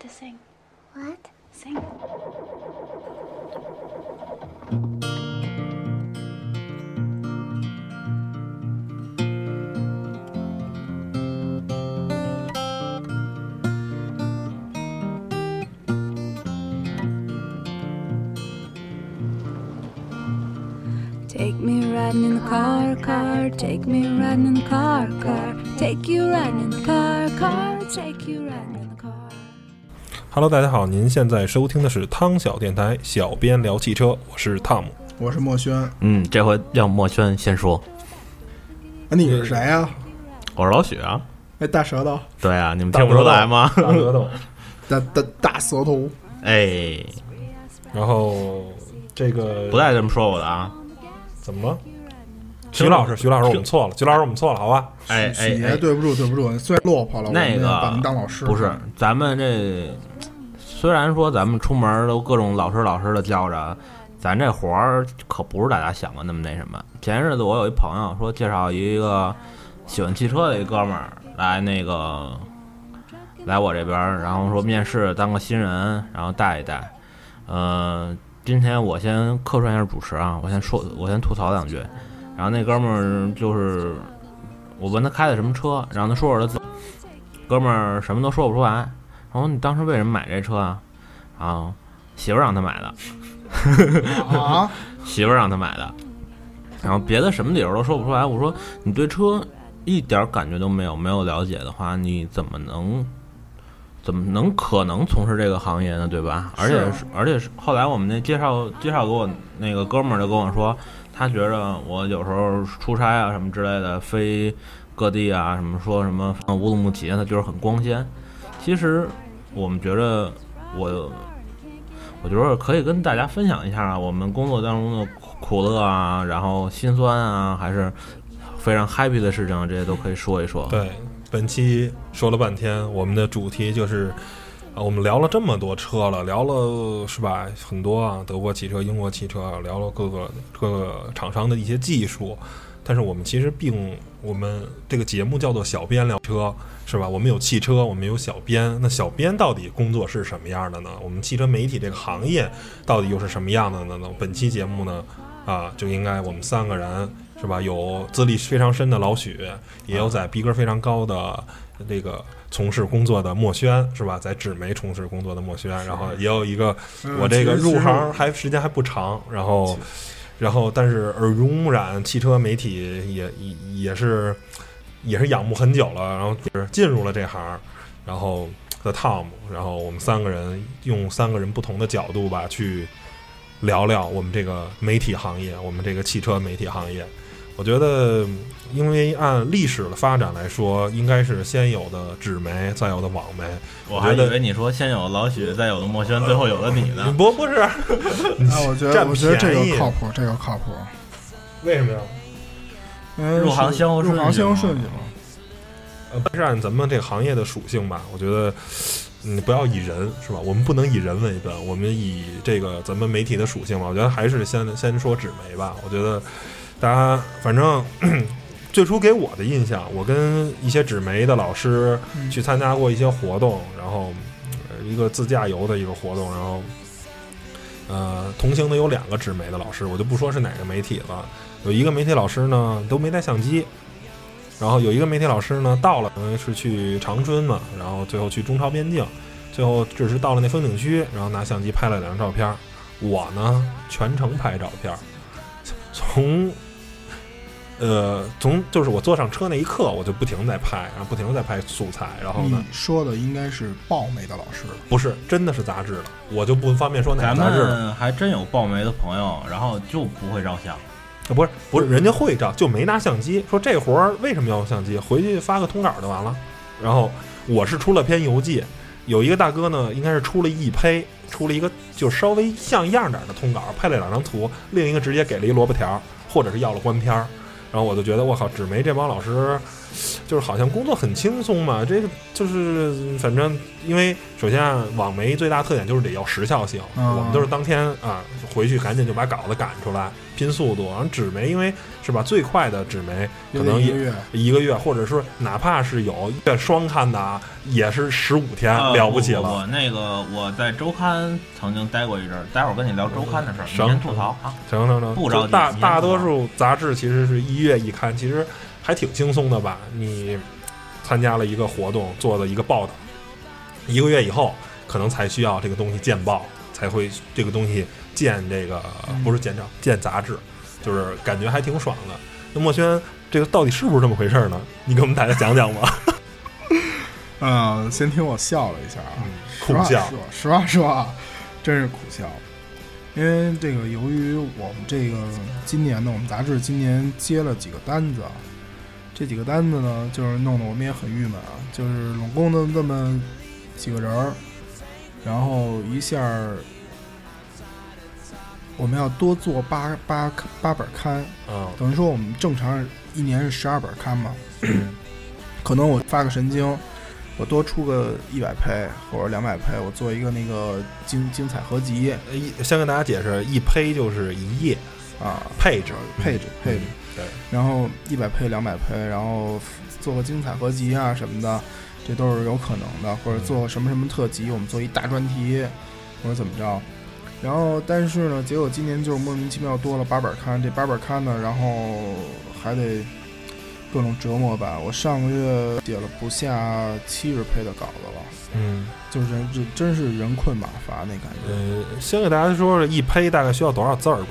to sing. What? Sing. Take me riding in the car, car. Take me riding in the car, car. Take you riding in the car, car. Take you riding in the car. Hello，大家好，您现在收听的是汤小电台，小编聊汽车，我是汤姆。我是墨轩，啊，嗯，这回让墨轩先说，你是谁呀、我是老许啊。那大舌头，对啊，你们听不出来吗？大舌头。大大大舌头， 哎，然后这个不带这么说我的啊。怎么了？徐老师，徐老师，我们错了，徐老师，我们错了，好吧？哎哎许爷，哎，对不住，对不住，虽然落魄了，我那们个把您当老师不是，咱们这虽然说咱们出门都各种老师老师的叫着，咱这活儿可不是大家想的那么那什么。前日子我有一朋友说介绍一个喜欢汽车的一哥们儿来那个来我这边儿，然后说面试当个新人，然后带一带。呃，今天我先客串一下主持啊，我先说，我先吐槽两句。然后那哥们儿就是我问他开的什么车，然后他说说他自己哥们儿什么都说不出来。然后你当时为什么买这车啊？然后媳妇儿让他买的， 啊，媳妇儿让他买的。然后别的什么理由都说不出来。我说你对车一点儿感觉都没有，没有了解的话，你怎么能怎么能可能从事这个行业呢？对吧？而且是而且是后来我们那介绍介绍给我那个哥们儿就跟我说，他觉着我有时候出差啊什么之类的，飞各地啊什么说什么呃乌鲁木齐啊，他觉得很光鲜。其实我们觉着我。我觉得可以跟大家分享一下啊，我们工作当中的苦乐啊，然后心酸啊，还是非常 happy 的事情，这些都可以说一说。对，本期说了半天，我们的主题就是，啊，我们聊了这么多车了，聊了是吧？很多啊，德国汽车、英国汽车，啊聊了各个各个厂商的一些技术。但是我们其实并，我们这个节目叫做“小编聊车”，是吧？我们有汽车，我们有小编。那小编到底工作是什么样的呢？我们汽车媒体这个行业到底又是什么样的呢？那本期节目呢，啊，就应该我们三个人是吧？有资历非常深的老许，也有在逼格非常高的这个从事工作的墨轩，是吧？在纸媒从事工作的墨轩，然后也有一个嗯我这个其实入其实行还时间还不长，然后，然后但是耳濡目染，汽车媒体也也也是也是仰慕很久了，然后就是进入了这行，然后的 Tom，然后我们三个人用三个人不同的角度吧去聊聊我们这个媒体行业，我们这个汽车媒体行业。我觉得，嗯因为按历史的发展来说，应该是先有的纸媒，再有的网媒。我觉还以得为你说先有老许，再有的墨轩，最后有了你呢。不不是，啊，我觉得占我觉得这便宜个靠谱，这个靠谱，为什么呀？嗯，入行是先后顺入行序先后嘛顺序嘛，呃，但是按咱们这个行业的属性吧，我觉得嗯，不要以人是吧？我们不能以人为本，我们以这个咱们媒体的属性吧。我觉得还是先先说纸媒吧。我觉得大家反正 最初给我的印象，我跟一些纸媒的老师嗯去参加过一些活动，然后呃一个自驾游的一个活动，然后呃，同行的有两个纸媒的老师，我就不说是哪个媒体了。有一个媒体老师呢都没带相机，然后有一个媒体老师呢到了，因为是去长春嘛，然后最后去中朝边境，最后只是到了那风景区，然后拿相机拍了两张照片儿。我呢全程拍照片儿，从呃从就是我坐上车那一刻，我就不停地在拍，然后不停地在拍素材，然后呢你说的应该是报媒的老师，不是真的是杂志了，我就不方便说 哪咱个杂志了。们还真有报媒的朋友，然后就不会照相。啊不是不是，人家会照，就没拿相机。说这活儿为什么要用相机？回去发个通稿就完了。然后我是出了篇游记，有一个大哥呢，应该是出了一胚，出了一个就稍微像样点儿的通稿，配了两张图，另一个直接给了一萝卜条儿，或者是要了官片儿。然后我就觉得我靠，纸媒这帮老师就是好像工作很轻松嘛。这个就是反正因为首先啊，网媒最大特点就是得要时效性，嗯我们都是当天啊回去赶紧就把稿子赶出来，拼速度。然后纸媒因为是吧，最快的纸媒可能一也个月一个月，或者是哪怕是有月双刊的啊，也是十五天，啊了不起了。我那个我在周刊曾经待过一阵儿，待会儿跟你聊周刊的事儿，你行先吐槽啊。成成成，不着急就大你先大说多数杂志其实是一月一刊，其实还挺轻松的吧？你参加了一个活动，做了一个报道，一个月以后可能才需要这个东西见报，才会这个东西见这个嗯不是见 账，见杂志，就是感觉还挺爽的。那墨轩，这个到底是不是这么回事儿呢？你给我们大家讲讲吧。嗯，先听我笑了一下啊，苦实话笑说，实话说啊，真是苦笑。因为这个，由于我们这个今年呢，我们杂志今年接了几个单子啊，这几个单子呢，就是弄得我们也很郁闷啊，就是拢共的这么几个人儿，然后一下儿我们要多做八八八本刊，嗯等于说我们正常一年是十二本刊嘛，可能我发个神经，我多出个一百配或者两百配，我做一个那个精精彩合集呃一先跟大家解释，一胚就是一页啊，配置配置配置，对，然后一百配两百配，然后做个精彩合集啊什么的，这都是有可能的，或者做个什么什么特辑，我们做一大专题或者怎么着。然后，但是呢，结果今年就是莫名其妙多了八本刊，这八本刊呢，然后还得各种折磨吧。我上个月写了不下七十配的稿子了。嗯。就是人这真是人困马乏那感觉。呃，先给大家说说一胚大概需要多少字儿吧？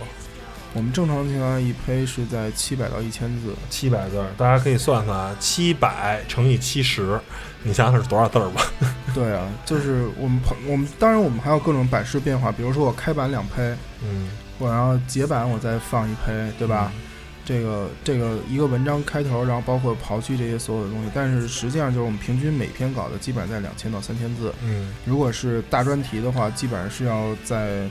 我们正常情况下一胚是在七百到一千字，七百字儿，大家可以算算啊，七百乘以七十，你想想是多少字儿吧？对啊，就是我们朋我们当然我们还有各种版式变化，比如说我开版两胚，嗯，我然后结版我再放一胚，对吧？这个这个一个文章开头，然后包括刨去这些所有的东西，但是实际上就是我们平均每篇稿子基本上在两千到三千字，嗯？如果是大专题的话，基本上是要在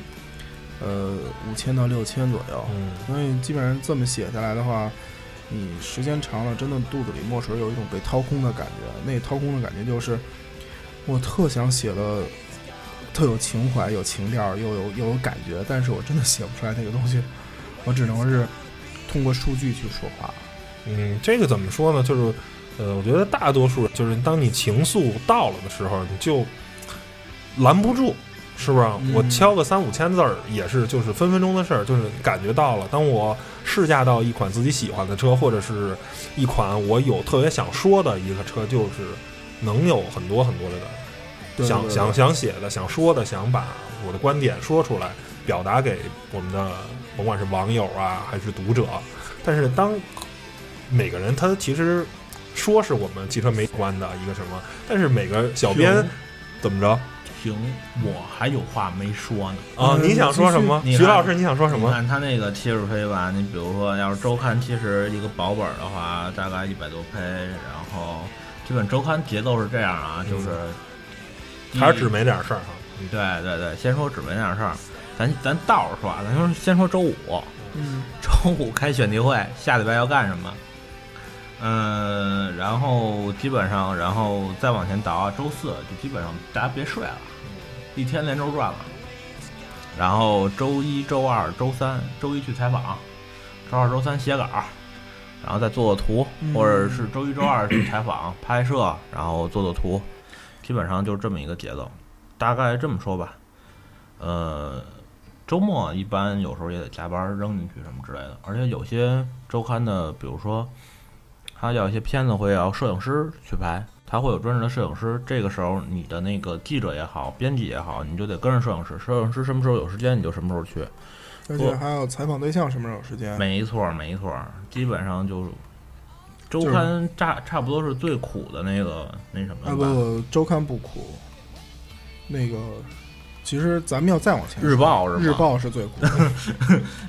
呃五千到六千左右。嗯嗯，所以基本上这么写下来的话，你时间长了，真的肚子里墨水有一种被掏空的感觉。那掏空的感觉就是，我特想写的特有情怀、有情调、又有又有感觉，但是我真的写不出来那个东西，我只能是通过数据去说话。嗯，这个怎么说呢？就是，呃，我觉得大多数就是当你情愫到了的时候，你就拦不住，是不是啊？嗯我敲个三五千字儿也是，就是分分钟的事儿，就是感觉到了。当我试驾到一款自己喜欢的车，或者是一款我有特别想说的一个车，就是能有很多很多的对想对想对想写的、想说的，想把我的观点说出来，表达给我们的甭管是网友啊还是读者。但是当每个人他其实说是我们汽车没关的一个什么，但是每个小编怎么着停，我还有话没说呢。啊？嗯你想说什么？继续徐老师，你想说什你嗯么？看他那个七十配吧，你比如说要是周刊，其实一个薄本儿的话，大概一百多配，然后基本周刊节奏是这样啊，就是第一嗯还是纸媒点事儿哈？嗯对对对，先说纸媒那点事儿，咱咱倒着说啊，咱说先说周五，嗯， 周五开选题会，下礼拜要干什么？嗯，然后基本上，然后再往前倒啊，周四就基本上大家别睡了，一天连轴转了。然后周一周二周三，周一去采访，周二周三写稿，然后再做做图，或者是周一周二去采访拍摄，然后做做图，基本上就是这么一个节奏。大概这么说吧，呃，周末一般有时候也得加班扔进去什么之类的，而且有些周刊的，比如说他要一些片子会要摄影师去拍，他会有专职的摄影师。这个时候，你的那个记者也好，编辑也好，你就得跟着摄影师。摄影师什么时候有时间，你就什么时候哎去。而且还有采访对象什么时候有时间？没错，没错，基本上就是周就是刊差差不多是最苦的那个那什啊么不吧。不，周刊不苦，那个其实咱们要再往前说，日报是吗？日，报是最苦的，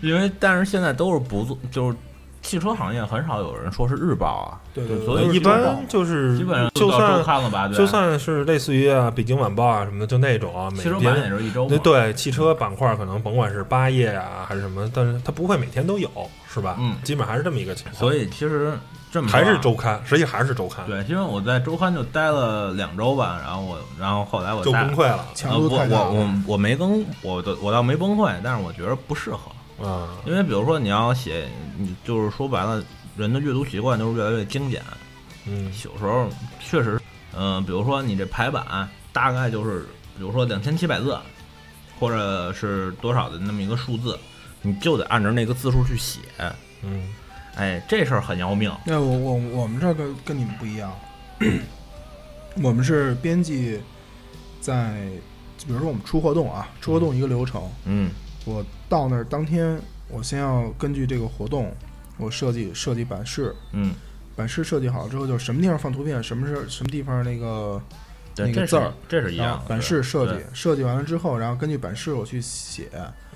因为但是现在都是不做，就是汽车行业很少有人说是日报啊，对对，对所以都是一周报般就是基本上就到周算刊了吧，对就算是类似于啊《北京晚报》啊什么的，就那种啊，每汽车版也天。就是一周嘛对。对，汽车板块可能甭管是八页啊还是什么，但是它不会每天都有，是吧？嗯基本还是这么一个情况。所以其实这么说啊还是周刊，实际还是周刊，对，因为我在周刊就待了两周吧，然后我，然后后来我就再崩溃了强度太大呃、了我我我我没崩，我的我倒没崩溃，但是我觉得不适合，啊！因为比如说你要写，你就是说白了，人的阅读习惯就是越来越精简，嗯有时候确实，嗯、比如说你这排版大概就是，比如说两千七百字，或者是多少的那么一个数字，你就得按照那个字数去写，嗯，哎，这事儿很要命，那我我我们这儿跟跟你们不一 样，我们是编辑在，比如说我们出活动啊，出活动一个流程，嗯我到那儿当天，我先要根据这个活动，我设计设计版式，嗯，版式设计好之后，就是什么地方放图片，什么是什么地方那个对，那个这字儿是这是一然样后的版式设，计对，设计完了之后，然后根据版式我去写，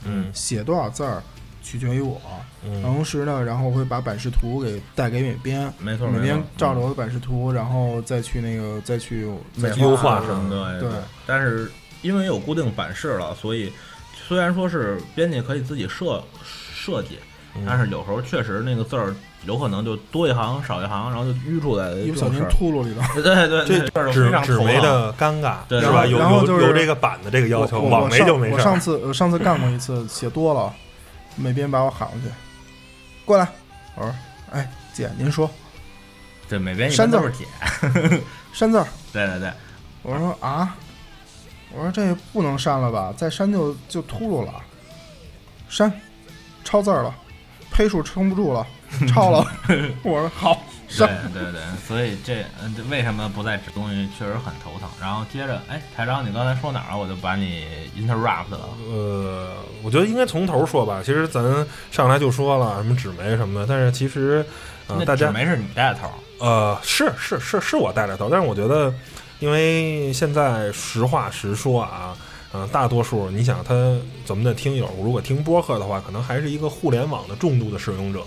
嗯写多少字儿取决于我。嗯同时呢，然后我会把版式图给带给美编，没错，美没编错照着我的版式图，然后再去那个再去嗯再去呃优化什么的，对。但是因为有固定版式了，所以虽然说是编辑可以自己设设计，嗯但是有时候确实那个字儿有可能就多一行少一行，然后就淤出来的一这不小种心事儿。秃噜里头。 对对对， 事这儿就非纸常啊纸头媒疼的尴尬对是吧？有然后有就是有这个版的这个要求，我我网媒上就没我事儿上。次我上次干过一次，写多了，美编把我喊过去，过来，我说，哎，姐您说对美编一删般字儿都是铁，删字儿，对对对，我说啊，我说这不能删了吧，再删就就秃噜了，删，超字儿了，胚数撑不住 了，超了，我说好对删，对对，所以这嗯这为什么不在纸东西确实很头疼。然后接着，哎，台长，你刚才说哪儿了？我就把你 interrupt 了。呃，我觉得应该从头说吧。其实咱上来就说了什么纸媒什么的，但是其实呃，那大纸家媒是你带的头儿，呃，是是是是我带着头，但是我觉得，因为现在实话实说啊，嗯、大多数你想他咱们的听友，如果听播客的话，可能还是一个互联网的重度的使用者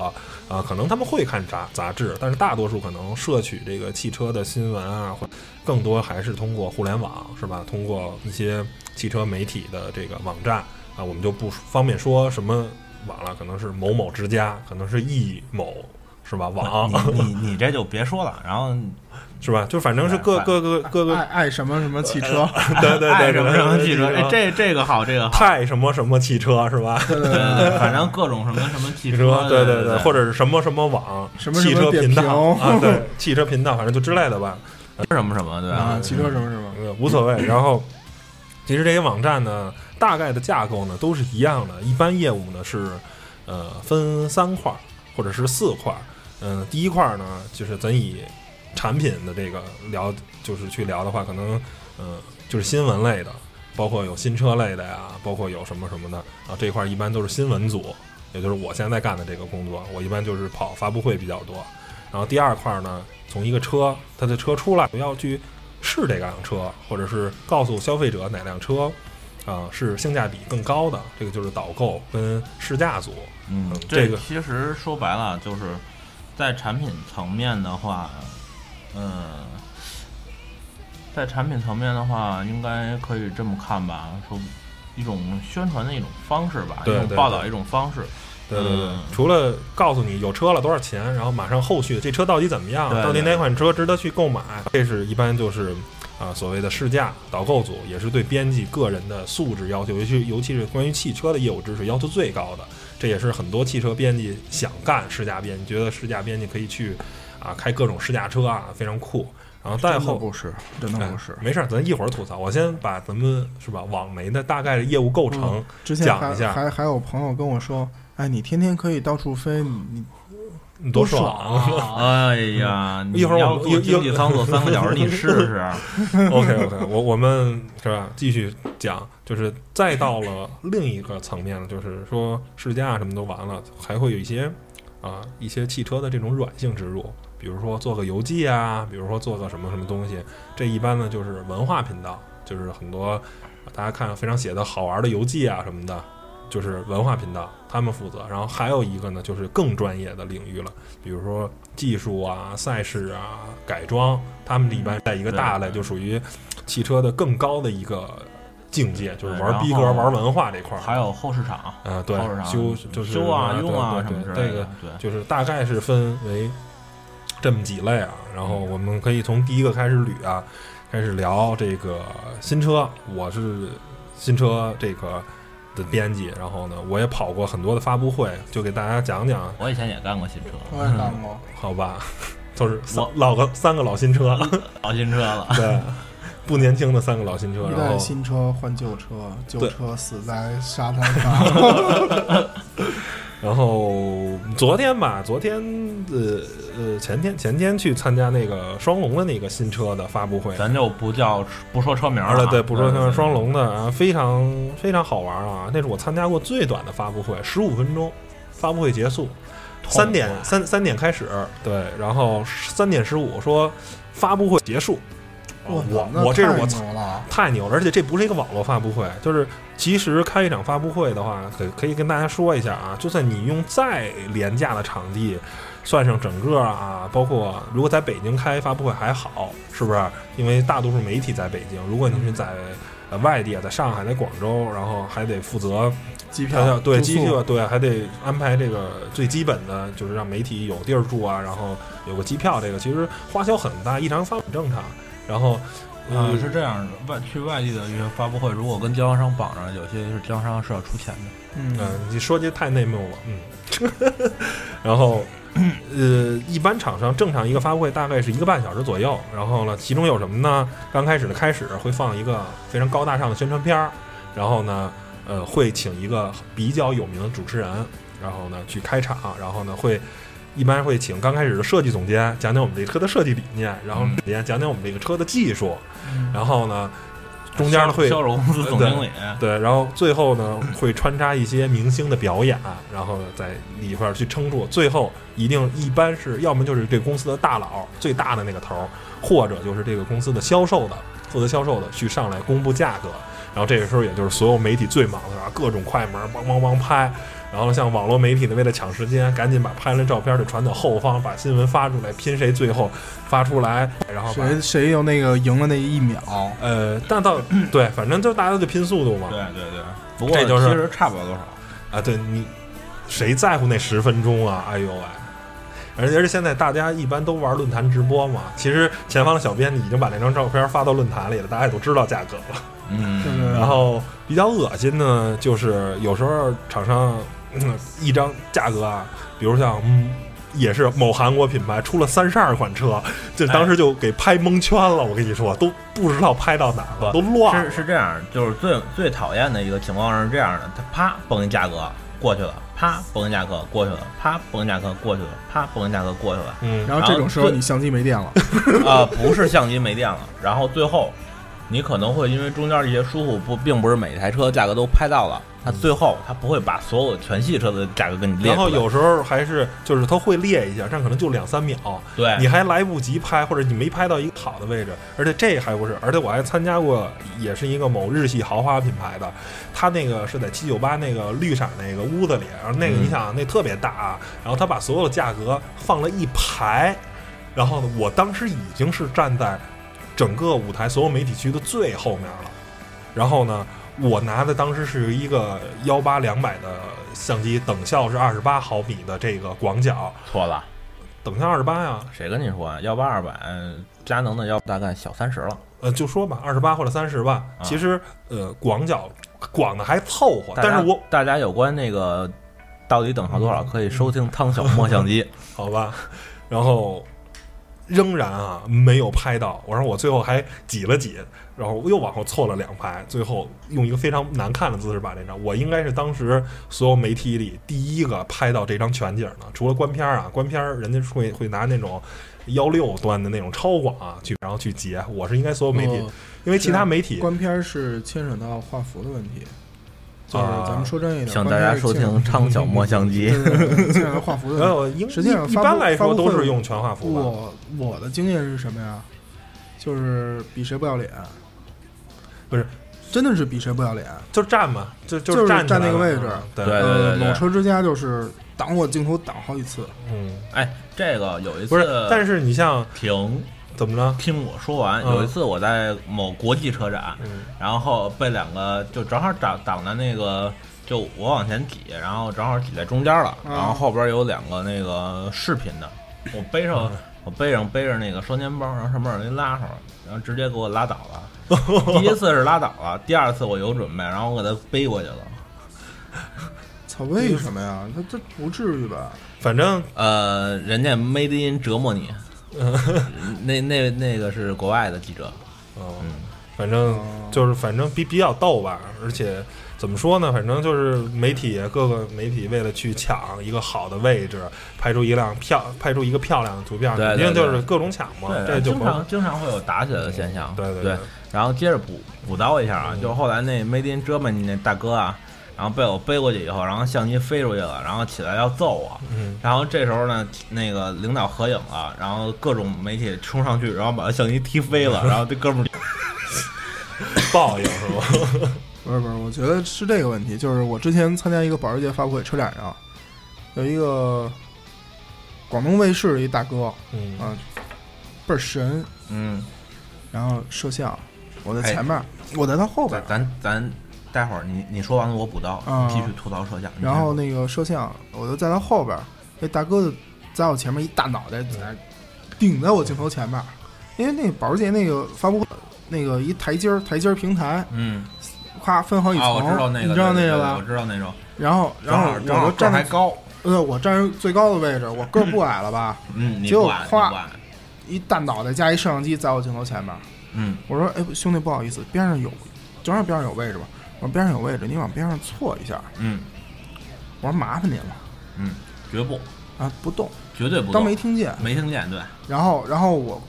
啊、可能他们会看杂杂志，但是大多数可能摄取这个汽车的新闻啊，或更多还是通过互联网是吧？通过一些汽车媒体的这个网站啊，我们就不方便说什么网了，可能是某某之家，可能是易某。是吧？网你你你这就别说了。然后是吧？就反正是各哎各个各爱个爱什么什么汽车， 对对爱对什么什么汽车，对哎，这这个好，这个好。派什么什么汽车是吧？对对对对对对，反正各种什么什么汽 汽车对对对，或者是什么什么网什么什汽么车点频评道啊，对汽车频道，反正就之类的吧，什么什么，对吧啊，？汽车什么什么，呃无所谓。然后其实这些网站呢，大概的架构呢都是一样的，一般业务呢是呃分三块儿或者是四块儿。嗯、第一块儿呢就是咱以产品的这个聊，就是去聊的话，可能呃就是新闻类的，包括有新车类的呀，包括有什么什么的啊，这块儿一般都是新闻组，也就是我现在干的这个工作，我一般就是跑发布会比较多。然后第二块儿呢，从一个车它的车出来，我要去试这辆车，或者是告诉消费者哪辆车啊、是性价比更高的，这个就是导购跟试驾组。嗯嗯，这这个其实说白了就是在产品层面的话，嗯，在产品层面的话，应该可以这么看吧，说一种宣传的一种方式吧，对一种对报对道一种方式。对对对嗯，除了告诉你有车了多少钱，然后马上后续这车到底怎么样，对对到底哪款车值得去购买，这是一般就是啊、所谓的试驾导购组，也是对编辑个人的素质要求，尤其尤其是关于汽车的业务知识要求最高的。这也是很多汽车编辑想干试驾编辑，觉得试驾编辑可以去啊开各种试驾车啊，非常酷。然后再真的后不是，真的不是哎。没事儿，咱一会儿吐槽。我先把咱们是吧网媒的大概的业务构成嗯，之前讲还一下还还有朋友跟我说，哎，你天天可以到处飞，你你你多多爽啊！哎呀，你 一会儿要我做一经济舱坐三个小时，你试试。 OK OK，我我们是吧？继续讲，就是再到了另一个层面了，就是说试驾什么都完了，还会有一些啊、一些汽车的这种软性植入，比如说做个游记啊，比如说做个什么什么东西，这一般呢就是文化频道，就是很多大家看非常写的好玩的游记啊什么的，就是文化频道他们负责。然后还有一个呢就是更专业的领域了，比如说技术啊、赛事啊、改装，他们这一般在一个大类，嗯对就属于汽车的更高的一个境界，就是对玩然逼格、后玩文化这块儿。还有后市场，啊，对后市，场修就是修啊、对用啊对什么之对类这个的。对，就是大概是分为这么几类啊。然后我们可以从第一个开始捋啊，开始聊这个新车。我是新车这个的编辑，然后呢，我也跑过很多的发布会，就给大家讲讲，我以前也干过新车，我也干过，好吧？都是三我老个三个老新车，老新车了。对，不年轻的三个老新车，一然后代新车换旧车，旧对车死在沙滩 上。然后昨天吧，昨天呃呃前天前天去参加那个双龙的那个新车的发布会，咱就不叫不说车名玩了了啊，对，不说像对双龙的啊，非常非常好玩啊！那是我参加过最短的发布会，十五分钟，发布会结束，痛三点快三三点开始，对，然后三点十五说发布会结束，我那我这是我太牛了，太牛了，而且这不是一个网络发布会，就是其实开一场发布会的话，可可以跟大家说一下啊，就算你用再廉价的场地，算上整个啊，包括如果在北京开发布会还好，是不是？因为大多数媒体在北京，如果您是在呃外地啊，在上海、在广州，然后还得负责机还要票哎对住宿机票对，还得安排这个最基本的，就是让媒体有地儿住啊，然后有个机票，这个其实花销很大，一场发很正常，然后。啊嗯，是这样的，外去外地的一些发布会，如果跟经销商绑上，有些是经销商是要出钱的。嗯嗯，你说这太内幕了，嗯。 然后，呃，一般厂商正常一个发布会大概是一个半小时左右。然后呢，其中有什么呢？刚开始的开始会放一个非常高大上的宣传片儿，然后呢，呃，会请一个比较有名的主持人，然后呢去开场，然后呢会。一般会请刚开始的设计总监讲讲我们这车的设计理念，然后讲讲我们这个车的技术，嗯然后呢，中间呢会销售公司总经理，对，然后最后呢会穿插一些明星的表演，啊然后在里边儿去撑住。最后一定一般是要么就是这公司的大佬最大的那个头儿，或者就是这个公司的销售的负责销售的去上来公布价格。然后这个时候也就是所有媒体最忙的时候，啊各种快门梆梆梆拍。然后像网络媒体呢，为了抢时间，赶紧把拍了照片儿就传到后方，把新闻发出来，拼谁最后发出来，然后把谁谁又那个赢了那一秒，呃，但到对，反正就是大家都得拼速度嘛。对对对。不过这就是其实差不了多少。啊，对你，谁在乎那十分钟啊？哎呦喂！而且而且现在大家一般都玩论坛直播嘛，其实前方的小编已经把那张照片发到论坛里了，大家也都知道价格了。对嗯，不对？然后比较恶心呢，就是有时候厂商、嗯一张价格啊，比如像嗯。也是某韩国品牌出了三十二款车，这当哎时就给拍蒙圈了。我跟你说，都不知道拍到哪了，都乱了是是这样，就是最最讨厌的一个情况是这样的，他啪崩一价格过去了，啪崩一价格过去了，啪崩一价格过去了，啪崩一价格过去了。嗯，然后这种时候然后你相机没 电了，啊，不是相机没电了，然后最后你可能会因为中间一些疏忽，不，并不是每一台车的价格都拍到了，它最后它不会把所有全系车的价格跟你列出来，然后有时候还是就是他会列一下，但可能就两三秒，对你还来不及拍，或者你没拍到一个好的位置，而且这还不是，而且我还参加过，也是一个某日系豪华品牌的，他那个是在七九八那个绿闪那个屋子里，然后那个嗯你想那特别大啊，然后他把所有的价格放了一排，然后呢，我当时已经是站在整个舞台所有媒体区的最后面了，然后呢，我拿的当时是一个幺八两百的相机，等效是二十八毫米的这个广角，错了，等效二十八呀，谁跟你说啊？幺八二百，佳能的幺大概小三十了，呃，就说吧，二十八或者三十吧。啊其实，呃，广角广的还凑合，大家但是我嗯大家有关那个到底等号多少，可以收听汤小莫相机，好吧， 然后仍然啊没有拍到。我说我最后还挤了挤，然后又往后凑了两排，最后用一个非常难看的姿势把这张，我应该是当时所有媒体里第一个拍到这张全景的，除了官片儿啊，官片儿人家会会拿那种。幺六端的那种超广啊，去然后去截，我是应该所有媒体，哦因为其是他啊媒体观片儿是牵扯到画幅的问题，就是啊咱们说正义的，请大家收听汤小莫相对机。对对牵扯到 画幅的没问题。有，呃应实际上一一发布般来发说布都是会用全画幅吧。我我的经验是什么呀？就是比谁不要脸，不是，真的是比谁不要脸。就站嘛，就就就是是站起站来那个嘛位置嗯对对呃，对对某车之家就是挡我镜头挡好几次，嗯，哎，这个有一次不是，但是你像停。怎么着？听我说完，嗯有一次我在某国际车展，嗯然后被两个就正好挡挡在那个，就我往前挤，然后正好挤在中间了，嗯嗯然后后边有两个那个视频的，我背上我背上背着那个双肩包，然后上面有一拉手，然后直接给我拉倒了。 第一次是拉倒了，第二次我有准备，然后我给他背过去了。操，为什么呀？他这不至于吧？反正呃，人家 Made in 折磨你，那那那个是国外的记者，嗯，反哦正就是反正比比较逗吧，而且怎么说呢，反正就是媒体各个媒体为了去抢一个好的位置，拍出一辆漂拍出一个漂亮的图片，对对肯定就是对各种抢嘛，啊这对，就经不常经常会有打起来的现象，对对对对嗯然后接着补补刀一下啊，就是后来那 Made in 折磨你那大哥啊，然后被我背过去以后，然后相机飞出去了，然后起来要揍我，嗯，然后这时候呢，那个领导合影了，然后各种媒体冲上去，然后把他相机踢飞嗯了，然后这哥们儿报应是吧？不是不是，我觉得是这个问题，就是我之前参加一个保时捷发布会，车展上有一个广东卫视的一大哥 嗯啊，倍儿神，嗯，然后摄像，我在前面，哎我在他后边咱，咱咱待会儿你你说完了我补刀，啊你继续吐槽摄像，你然后先那个摄像，我就在他后边儿，那大哥就在我前面一大脑袋在嗯那顶在我镜头前面儿，因为那个保时捷那个发布会那个一台阶儿台阶儿平台，嗯夸分好几层，啊，我知道那个，你知道对那对个对吧我？知道那种，然后然后正好我就正站好还在高，呃我站在最高的位置，我个儿不矮了吧？嗯，你结果不矮你不夸矮，一大脑袋加一摄像机在我镜头前面儿，嗯我说哎兄弟不好意思，边上有，就让边上有位置吧，我说边上有位置，你往边上错一下，嗯我说麻烦您了嗯，绝不啊不动，绝对不当动没听见。没听见，对，然后，然后我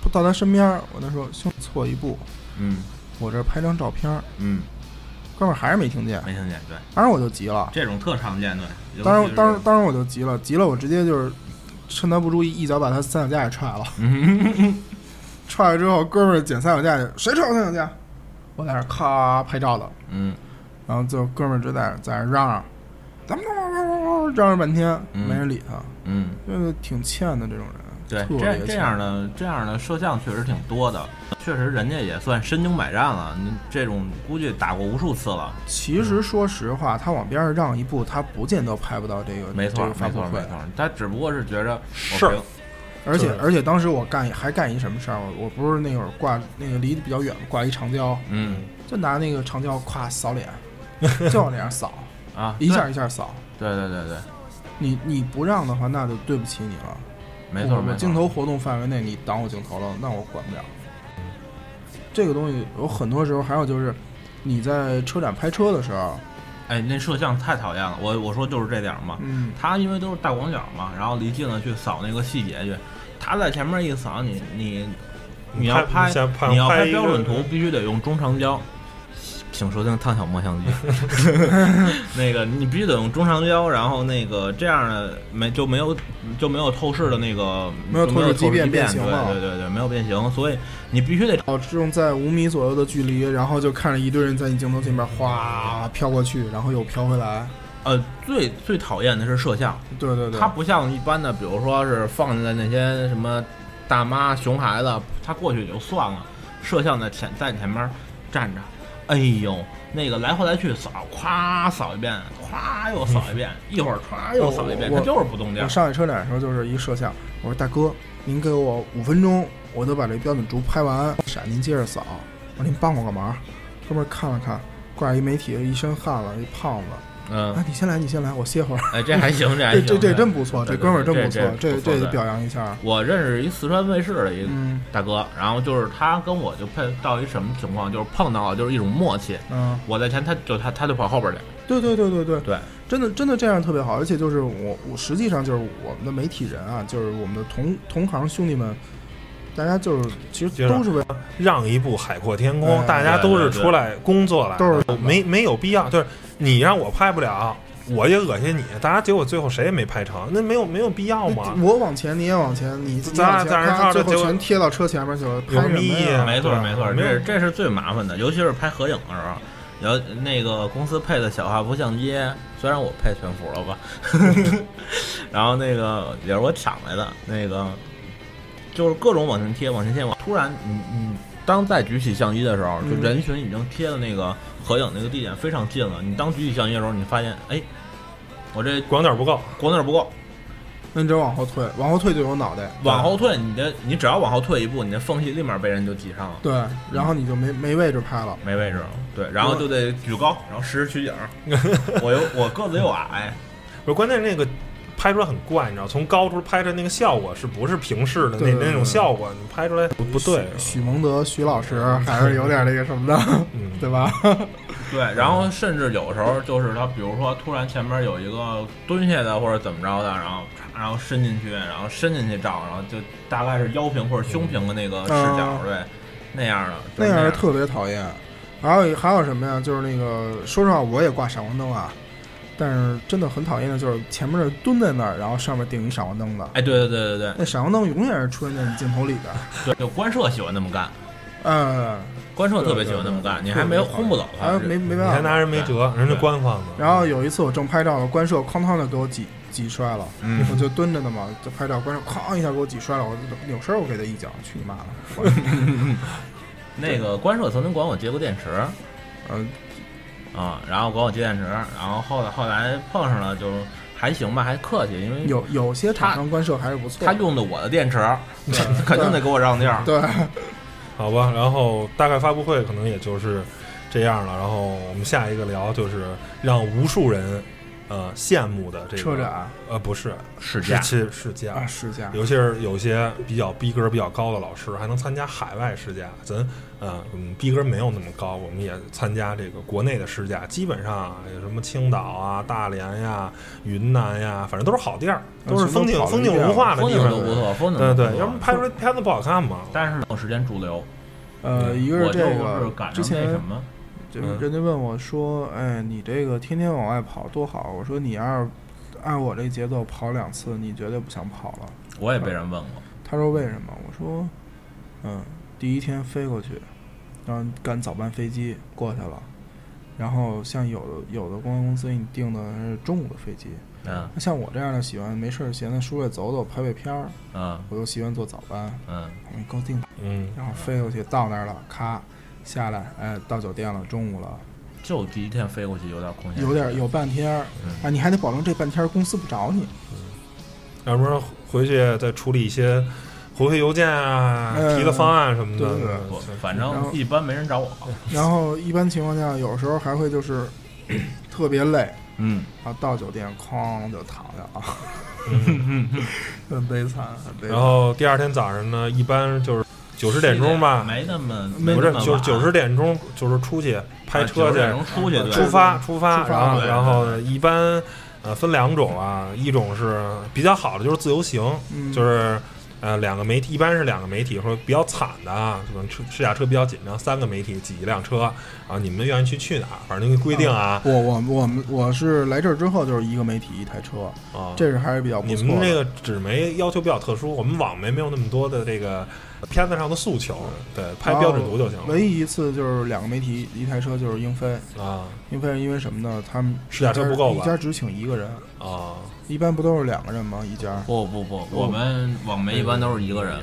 不到他身边儿，我那时候兄弟错一步，嗯我这儿拍张照片儿，嗯，哥们儿还是没听见，没听见，对，当时我就急了，这种特常见，对，尤其当时是当时当时我就急了，急了我直接就是趁他不注意一脚把他三脚架给踹 了，踹了之后哥们儿捡三脚架去，谁踹我三脚架？我在那儿咔拍照的，嗯然后最后哥们儿就在那儿在那儿嚷嚷，咱们嚷嚷半天，嗯没人理他，嗯。就是挺欠的这种人，对，特别这这欠样的这样的摄像确实挺多的，确实人家也算身经百战了。你这种估计打过无数次了，其嗯实说实话，他往边上让一步，他不见得拍不到这个没这错个发没布错会没。错。他只不过是觉着我是平而且对而且当时我干还干一什么事儿？我我不是那会儿挂那个离得比较远，挂一长焦，嗯就拿那个长焦咵扫 脸，就往脸上扫，啊一下一下扫。对对对对，你你不让的话，那就对不起你了。没错我没我错。镜头活动范围内你挡我镜头了，那我管不了。这个东西有很多时候，还有就是你在车展拍车的时候，哎，那摄像太讨厌了。我我说就是这点儿嘛，嗯，他因为都是大广角嘛，然后离近了去扫那个细节去，他在前面一扫你你你要拍拍你想拍你要拍拍一个标准图必须得用中长焦，请收听烫小莫 相机。那个你必须得用中长焦，然后那个这样的没就没有就没有透视的那个没有就透视视畸变变形了对对对对，没有变形，所以你必须得哦，这种在五米左右的距离，然后就看着一堆人在你镜头前面哗飘过去，然后又飘回来。呃最最讨厌的是摄像。对对对，它不像一般的，比如说是放进来那些什么大妈、熊孩子，他过去也就算了。摄像在前在你前面站着，哎呦，那个来回来去扫，咵扫一遍，咵又扫一遍，一会儿咵又扫一遍，我它就是不动地我儿。上海车展的时候就是一摄像，我说大哥，您给我五分钟，我就把这标准图拍完，闪您接着扫。我说您帮我个忙，哥们儿看了看，挂一媒体一身汗了，一胖子，嗯啊，，你先来，你先来，我歇会儿。哎，这还行，这还这行，这这还真不错，对这对哥们儿真对不错，这这这得对表扬一下。我认识一四川卫视的一个嗯大哥，然后就是他跟我就碰到一什么情况，就是碰到了就是一种默契。嗯，我在前，他就他他就跑后边儿去。对对对对对，对，真的真的这样特别好，而且就是我我实际上就是我们的媒体人啊，就是我们的同同行兄弟们，大家就是其接实着都是为让一步海阔天空，哎大家都是出来工作来的，对对对都是没没有必要。就是你让我拍不了，我也恶心你，大家结果最后谁也没拍成，那没有没有必要嘛。我往前，你也往前，你咱你往前咱俩咔照着最结后果全贴到车前面去了，有拍什么意义啊呀？没错对没错，没有这这是最麻烦的，尤其是拍合影的时候。然后那个公司配的小画幅相机，虽然我配全幅了 吧，然后那个也是我抢来的，那个就是各种往前贴，往前贴，往突然你你当再举起相机的时候，就嗯人群已经贴了那个合影那个地点非常近了。你当举起相机的时候，你发现哎，我这广角不够，光那儿不够，那你只有往后退，往后退就有脑袋，往后退，你的你只要往后退一步，你的缝隙立马被人就挤上了，对，然后你就没没位置拍了。没位置了。对，然后就得举高，然后实时取景。 我又我个子又矮，不是关键那个拍出来很怪，你知道，从高处拍的那个效果是不是平视的对那对对那种效果？你拍出来不不对，许蒙德许老师还是有点那个 什么的，嗯，对吧？对，然后甚至有时候就是他，比如说突然前面有一个蹲下的或者怎么着的，然后啪然后伸进去，然后伸进去照，然后就大概是腰平或者胸平的那个视角嗯，对，那样的就那是那样样是特别讨厌。还有一还有什么呀？就是那个，说实话，我也挂闪光灯啊，但是真的很讨厌的就是前面的蹲在那儿，然后上面顶一闪光灯的，哎，对对对对那闪光灯永远是出现在你镜头里的。对对，就官社喜欢那么干，嗯，官社特别喜欢那么干，你还没有轰不走他，还没没你办法还。拿人没辙，人家官方的。嗯然后有一次我正拍照呢，官摄哐当就给我挤挤摔了，嗯 我就蹲着呢嘛，就拍照，官摄哐一下给我挤摔了，我就扭身儿我给他一脚，去你妈的！ 我那个官社曾经管我借过电池嗯，啊，然后管我借电池，然后后来后来碰上了就还行吧，还客气，因为有有些厂商官摄还是不错的，他用的我的电池， 肯定得给我让地儿。对，好吧，然后大概发布会可能也就是这样了。然后我们下一个聊就是让无数人呃羡慕的这个车展呃不是试是是试驾啊，试驾，尤其是有些比较逼格比较高的老师，还能参加海外试驾。咱呃，嗯，逼格没有那么高，我们也参加这个国内的试驾，基本上啊有什么青岛啊、大连呀、云南呀，反正都是好地儿，都是风景全都跑了风一景遍如画的风地景方都。不错，风景对都对不，错要不然拍出来片子不好看嘛。但是没有时间驻留。呃，一个我是这就个是赶，之上那前什么，就是嗯人家问我说，哎，你这个天天往外跑多好，我说你要是按我这节奏跑两次，你绝对不想跑了。我也被人问过。他说为什么？我说，嗯，第一天飞过去，然后赶早班飞机过去了，然后像有的有的公关公司给你订的是中午的飞机，嗯那像我这样的喜欢没事儿闲的出来走走拍拍片儿，嗯我就喜欢坐早班，嗯，我一高兴，嗯，然后飞过去到那儿了，咔下来，哎，到酒店了，中午了，就第一天飞过去有点空闲，有点有半天儿啊，你还得保证这半天儿公司不找你，要不然回去再处理一些回馈邮件啊，嗯提个方案什么的。对不对对反然后正一般没人找我。然后一般情况下有时候还会就是 特别累。嗯，然后到酒店哐就躺下了，很悲惨，很悲嗯然。后第二天早上呢，一般就是九十点钟吧，没那么没不那是么晚九九十点钟就是出去啊拍车去， 90能出去对出对。发出发，嗯出发然后对然后一般呃分两种啊，一种是比较好的就是自由行，嗯就是。呃，两个媒体一般是两个媒体说比较惨的啊，可能车试驾车比较紧张，三个媒体挤一辆车，然后你们愿意去去哪儿，反正那个规定啊，我我我们我是来这儿之后就是一个媒体一台车，啊，嗯这是还是比较不你错的。们这个纸媒要求比较特殊，我们网媒没有那么多的这个片子上的诉求，嗯对，拍标准图就行然后了唯一一次就是两个媒体一台车，就是英菲。啊英菲是因为什么呢？他们试驾车不够吧一家只请一个人，啊，一般不都是两个人吗？一家啊，不不不，我们网媒一般都是一个人，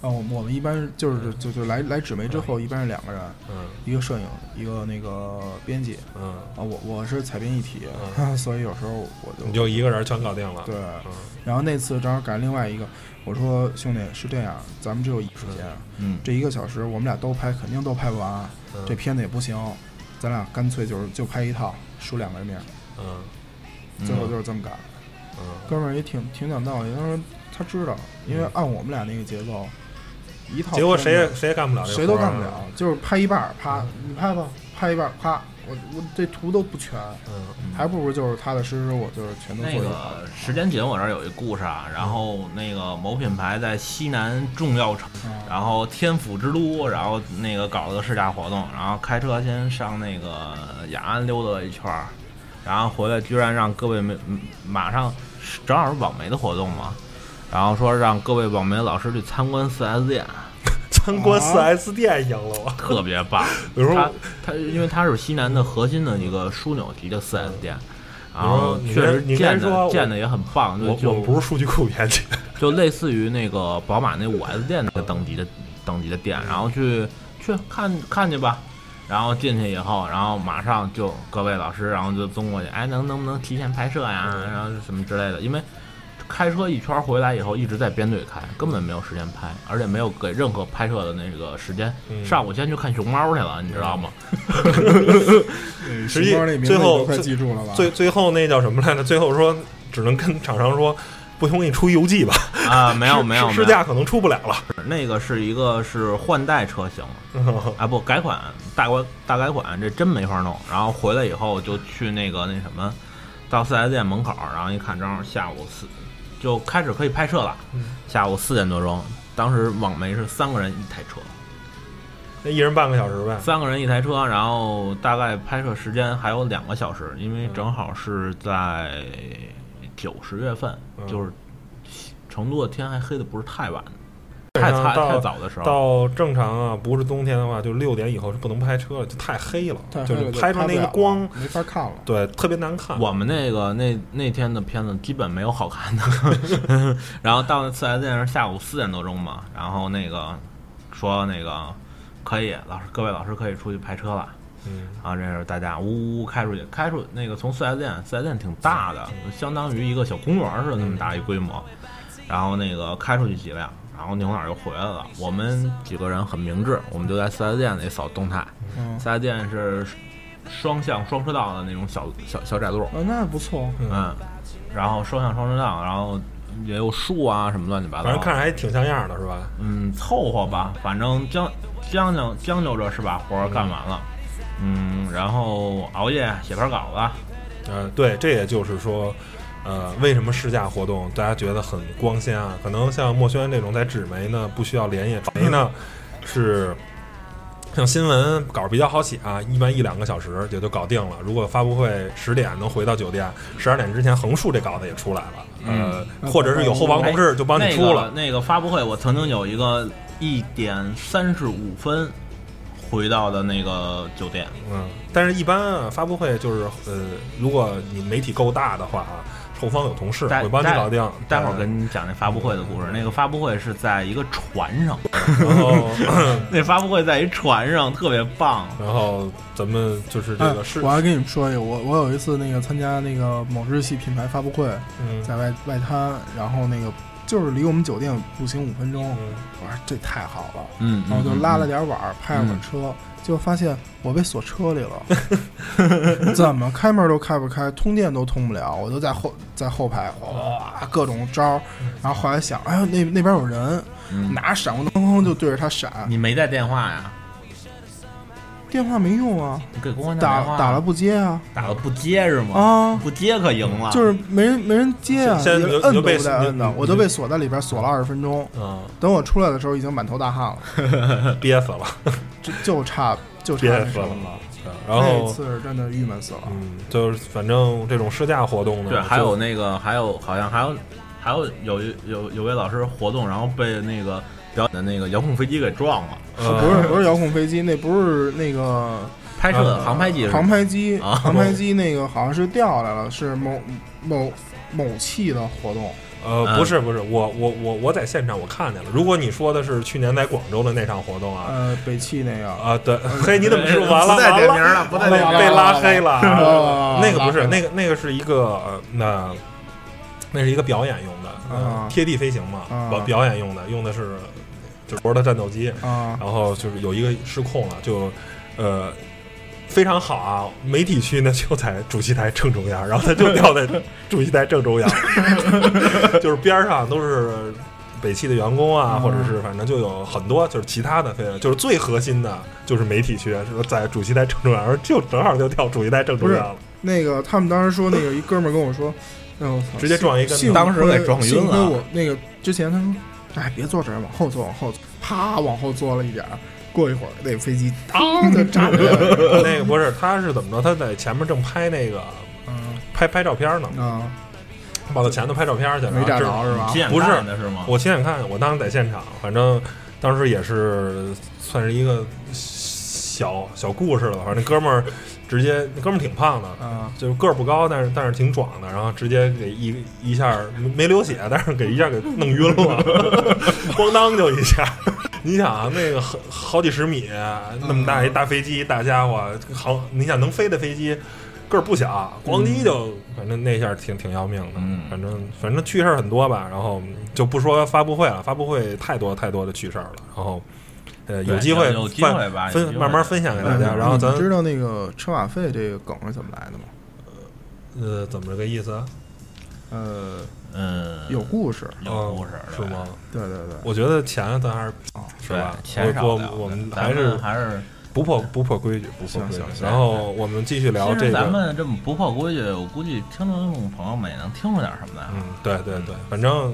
我们我们一般是就是就就来来纸媒之后，一般是两个人，嗯一个摄影，一个那个编辑嗯，啊。我我是采编一体， 所以有时候我就你就一个人全搞定了，对，嗯然后那次正好赶上另外一个，我说兄弟是这样，咱们只有一时间，嗯，这一个小时我们俩都拍，肯定都拍不完，啊嗯这片子也不行，咱俩干脆就是就拍一套，输两个人面，嗯最后就是这么干。嗯，哥们儿也挺挺讲道理，他说他知道，因为按我们俩那个节奏，一套嗯结果片谁也子谁也干不了嗯这个活儿，啊谁都干不了，就是拍一半儿，啪，你拍吧，拍一半儿，啪，我我这图都不全，嗯，还不如就是踏踏实实，我就是全都做那一好。个时间紧，我这儿有一故事啊。然后那个某品牌在西南重要城，嗯然后天府之都，然后那个搞了个试驾活动，然后开车先上那个雅安溜达了一圈儿，然后回来居然让各位媒嗯马上是正好是网媒的活动嘛，然后说让各位网媒老师去参观 4S 店，参观四啊 S 店赢了我，特别 棒。比如它说它因为它是西南的核心的一个枢纽级的 4S 店。然后你说确实你应该建说的我建的也很棒，就我就我不是数据库编辑，就类似于那个宝马那五 S 店那个等级的等级的店，然后去去看看去吧。然后进去以后，然后马上就各位老师，然后就综过去，哎，能能不能提前拍摄呀？然后什么之类的，因为开车一圈回来以后一直在编队开，根本没有时间拍，而且没有给任何拍摄的那个时间。嗯上午先去看熊猫去了，你知道吗？实际熊猫那名字最你后都快最记住了吧？最最后那叫什么来着？最后说只能跟厂商说，不行，我给你出邮寄吧。啊，没有没有，试没试有驾可能出不了了。那个是一个是换代车型啊，不改款大改大改款，这真没法弄。然后回来以后就去那个那什么，到四 S 店门口，然后一看正好下午四就开始可以拍摄了，嗯下午四点多钟，当时网媒是三个人一台车， 那一人半个小时呗。三个人一台车，然后大概拍摄时间还有两个小时，因嗯为正好是在九十月份，嗯就是成都的天还黑的不是太晚，基太本上太到太早的时候。到正常啊，不是冬天的话，就六点以后是不能拍车了，就太黑了，太黑就了是就拍出不那个了了光，没法看了。对，特别难看。我们那个那那天的片子基本没有好看的， 然后到四 S 店是下午四点多钟嘛，然后那个说那个可以，老师各位老师可以出去排车了，嗯，然后这是大家呜呜开出去，开出那个从四 S 店，四 S 店挺大的，相当于一个小公园似的那么大一规模，然后那个开出去几辆，然后牛奶就回来了，我们几个人很明智，我们就在四 S 店里扫动态，嗯，四 S 店是双向双车道的那种小小小窄路，哦，那不错。嗯，然后双向双车道，然后也有树啊什么乱七八糟，反正看着还挺像样的，是吧？嗯凑合吧，反正将将将将就着是把活儿干完了，嗯，然后熬夜写篇稿子，呃，对，这也就是说，呃，为什么试驾活动大家觉得很光鲜啊？可能像墨轩这种在纸媒呢，不需要连夜传媒嗯呢，是像新闻稿比较好写啊，一般一两个小时也就搞定了。如果发布会十点能回到酒店，十二点之前横竖这稿子也出来了，嗯呃，或者是有后防同事就帮你出了。那个。那个发布会我曾经有一个一点三十五分回到的那个酒店，嗯，但是一般啊，发布会就是呃，如果你媒体够大的话啊，后方有同事待会帮你待搞定。嗯待会儿跟你讲那发布会的故事。那个发布会是在一个船上，然后。 那发布会在一船上，特别棒。然后咱们就是这个是哎，我还跟你们说一个，我我有一次那个参加那个某日系品牌发布会，嗯在外外滩，然后那个就是离我们酒店步行五分钟，嗯我说这太好了，嗯，然后就拉了点。点碗儿，拍了嗯会儿车，结果发现我被锁车里了， 怎么开门都开不开，通电都通不了，我就在后在后排哗各种招儿，嗯然后后来想，哎呦那那边有人，嗯拿闪光灯就对着他闪，嗯你没带电话呀？电话没用啊，你给公安打打电话打了不接啊打了不接是吗？啊。不接可赢了。就是没人没人接啊，现在你一就个摁你就都被嗯不带摁的你，就我都被锁在里边锁了二十分钟。嗯，等我出来的时候，已经满头大汗了，憋死了，就就差就差憋那死什了么了。。嗯然那后次是真的郁闷死了。嗯，就是反正这种试驾活动呢，对，还有就那个，还有好像还有还有有一有有位老师活动，然后被那个表演的那个遥控飞机给撞了，呃哦不是不是遥控飞机，那不是那个拍摄的啊航拍技航术。拍机，啊航拍机那个好像是掉下来了，是某某某汽的活动。呃嗯不是不是，我我我我在现场我看见了。如果你说的是去年在广州的那场活动啊呃，北汽那个，啊，对，嗯嘿，你怎么说 完了哎不带完点名了？了，不带点名完了了被拉黑 了完了啊，完了那个不是哦拉黑了那个那个是一个呃那那是一个表演用的，呃啊贴地飞行嘛，啊表表演用的，用的是就是国的战斗机，啊，然后就是有一个失控了，就呃非常好啊，媒体区呢就在主席台正中央，然后他就掉在主席台正中央， 就是边儿上都是。北汽的员工啊，嗯或者是反正就有很多，就是其他的飞，就是最核心的，就是媒体区，就是在主席台正中央，然后就正好就掉主席台正中央了。那个他们当时说那个一哥们儿跟我说，哎呦我操，直接撞一跟头幸当时给撞晕了幸亏我那个之前他说，哎，别坐这儿，往后坐，往后坐，啪，往后坐了一点儿。过一会儿，那飞机当就炸了。那个不是，他是怎么着？他在前面正拍那个嗯拍拍照片呢，啊，跑到前头拍照片去了，没炸知着是吧？亲眼不是看的是吗？我亲眼看，我当时在现场，反正当时也是算是一个小小故事了。反正那哥们儿直接，那哥们儿挺胖的，啊，就是个儿不高，但是但是挺壮的，然后直接给一一下没没流血，但是给一下给弄晕了， 咣当就一下。你想啊，那个好好几十米那么大一大飞机，大家伙，好，你想能飞的飞机，个儿不小，咣叽就，反正那下挺挺要命的。嗯反正反正趣事儿很多吧，然后就不说发布会了，发布会太多太多的趣事儿了。然后，呃，有机会有有机分会吧，有分机会慢慢分享给大家。嗯然后咱你知道那个车马费这个梗是怎么来的吗？呃怎么个意思啊？呃，嗯有故事，有故事嗯是对吗？对对对，我觉得钱咱还是哦是对吧，？钱少我不了我我们咱还是还是不破不破规矩，不破行规矩行。行然后我们继续聊其这实咱个，们这么不破规矩，我估计听众朋友们也能听出点什么来啊。嗯，对对对，反正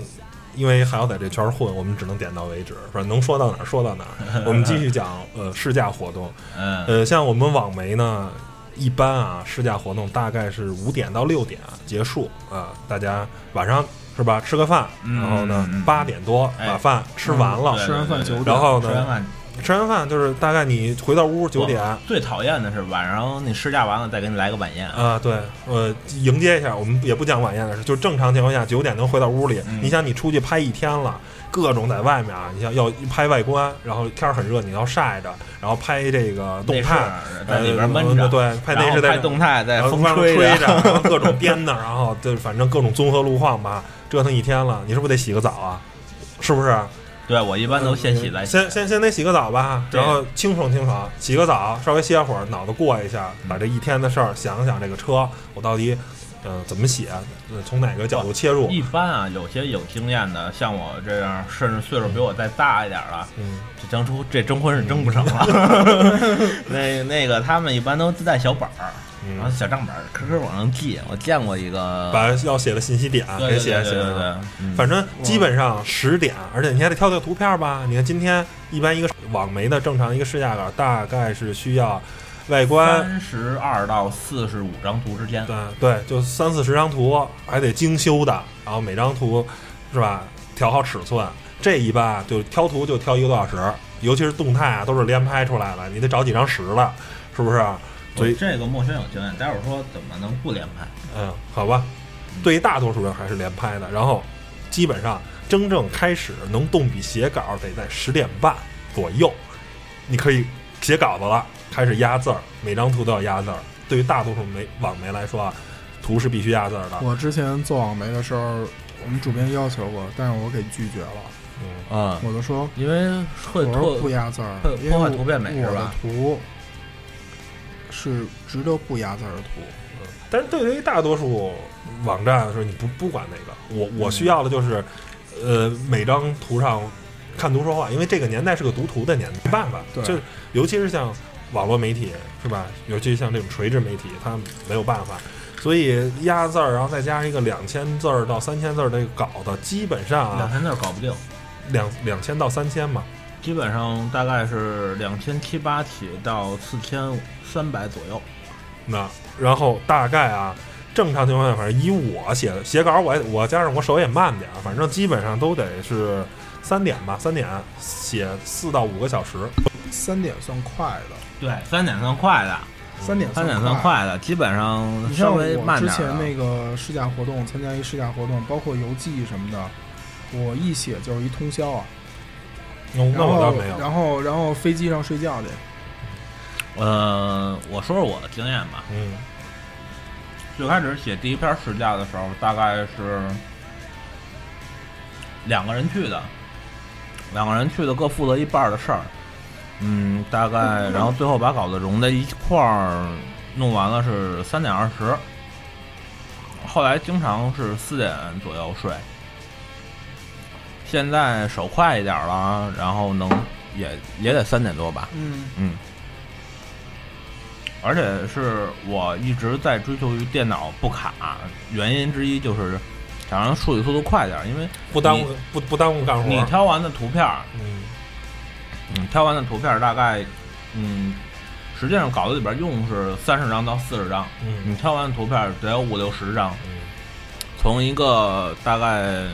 因为还要在这圈儿混，我们只能点到为止，反正能说到哪儿说到哪 儿。我们继续讲呃试驾活动，嗯，呃，像我们网媒呢，一般啊试驾活动大概是五点到六点结束啊、大家晚上是吧吃个饭，嗯然后呢嗯嗯八点多哎把饭吃完了，对吃完饭九点，然后吃完呢饭吃完饭就是大概你回到屋九点。最讨厌的是晚上你试驾完了再给你来个晚宴，啊，对，呃，迎接一下，我们也不讲晚宴的事，就正常情况下九点能回到屋里。嗯你想，你出去拍一天了，各种在外面啊，你像要拍外观，然后天儿很热，你要晒着，然后拍这个动态，内饰在里边闷呃着，对，拍然内后饰在拍动态在然后风外吹面吹着，然后各种颠的，然后就反正各种综合路况吧，折腾一天了，你是不是得洗个澡啊？是不是？对我一般都先洗再洗，嗯先先先得洗个澡吧，对然后清爽清爽，洗个澡，稍微歇会儿，脑子过一下，把这一天的事儿想想，这个车我到底呃怎么写，呃从哪个角度切入？一般啊，有些有经验的，像我这样，甚至岁数比我再大一点了，嗯，这征出这征婚是征不成 了。那那个他们一般都自带小本儿，嗯然后小账本儿，科科往上记。我见过一个，把要写的信息点对给对写对写对对上。对，嗯反正基本上十点，而且你还得挑个图片吧。你看今天一般一个网媒的正常一个试驾稿，大概是需要外观，三十二到四十五张图之间，对对，就三四十张图，还得精修的，然后每张图是吧，调好尺寸，这一般就挑图就挑一个多小时，尤其是动态啊，都是连拍出来的，你得找几张实的，是不是？啊所以，这个陌生有经验，待会儿说怎么能不连拍？嗯，好吧，对于大多数人还是连拍的，然后基本上真正开始能动笔写稿得在十点半左右，你可以写稿子了，开始压字儿，每张图都要压字儿。对于大多数媒网媒来说啊，图是必须压字儿的。我之前做网媒的时候，我们主编要求过，但是我给拒绝了。嗯嗯，我就说，因为会我说拓不压字儿会，因为破坏我图片美我是的吧图是值得不压字儿的图。但是对于大多数网站来说，你不不管那个，我我需要的就是，呃，每张图上看图说话，因为这个年代是个读图的年代，没办法，对就尤其是像网络媒体是吧？尤其像这种垂直媒体，它没有办法，所以压字儿，然后再加上一个两千字儿到三千字儿的稿子，基本上两啊千字儿搞不定。两两千到三千嘛，基本上大概是两千七八起到四千三百左右。那然后大概啊，正常情况下，反正以我写写稿我，也我加上我手也慢点儿，啊反正基本上都得是三点吧，三点写四到五个小时。三点算快的，对，三点算快的，三点嗯三点算算。快的，基本上你稍像微我慢之点啊儿前的。那个试驾活动，参加一试驾活动，包括邮寄什么的，我一写就是一通宵啊。那我然那我倒后没，有，然后，然后飞机上睡觉去。呃，我说说我的经验吧。嗯最开始写第一篇试驾的时候，大概是两个人去的，两个人去的各负责一半儿的事儿。嗯，大概然后最后把稿子融在一块儿弄完了是三点二十。后来经常是四点左右睡。现在手快一点儿了，然后能也也得三点多吧。嗯，嗯，而且是我一直在追求于电脑不卡，原因之一就是想让处理速度快点儿，因为不耽误不不耽误干活你儿。挑完的图片儿，嗯嗯，挑完的图片儿大概，嗯，实际上稿子里边用是三十张到四十张，你嗯挑完的图片儿得有五六十张，嗯从一个大概。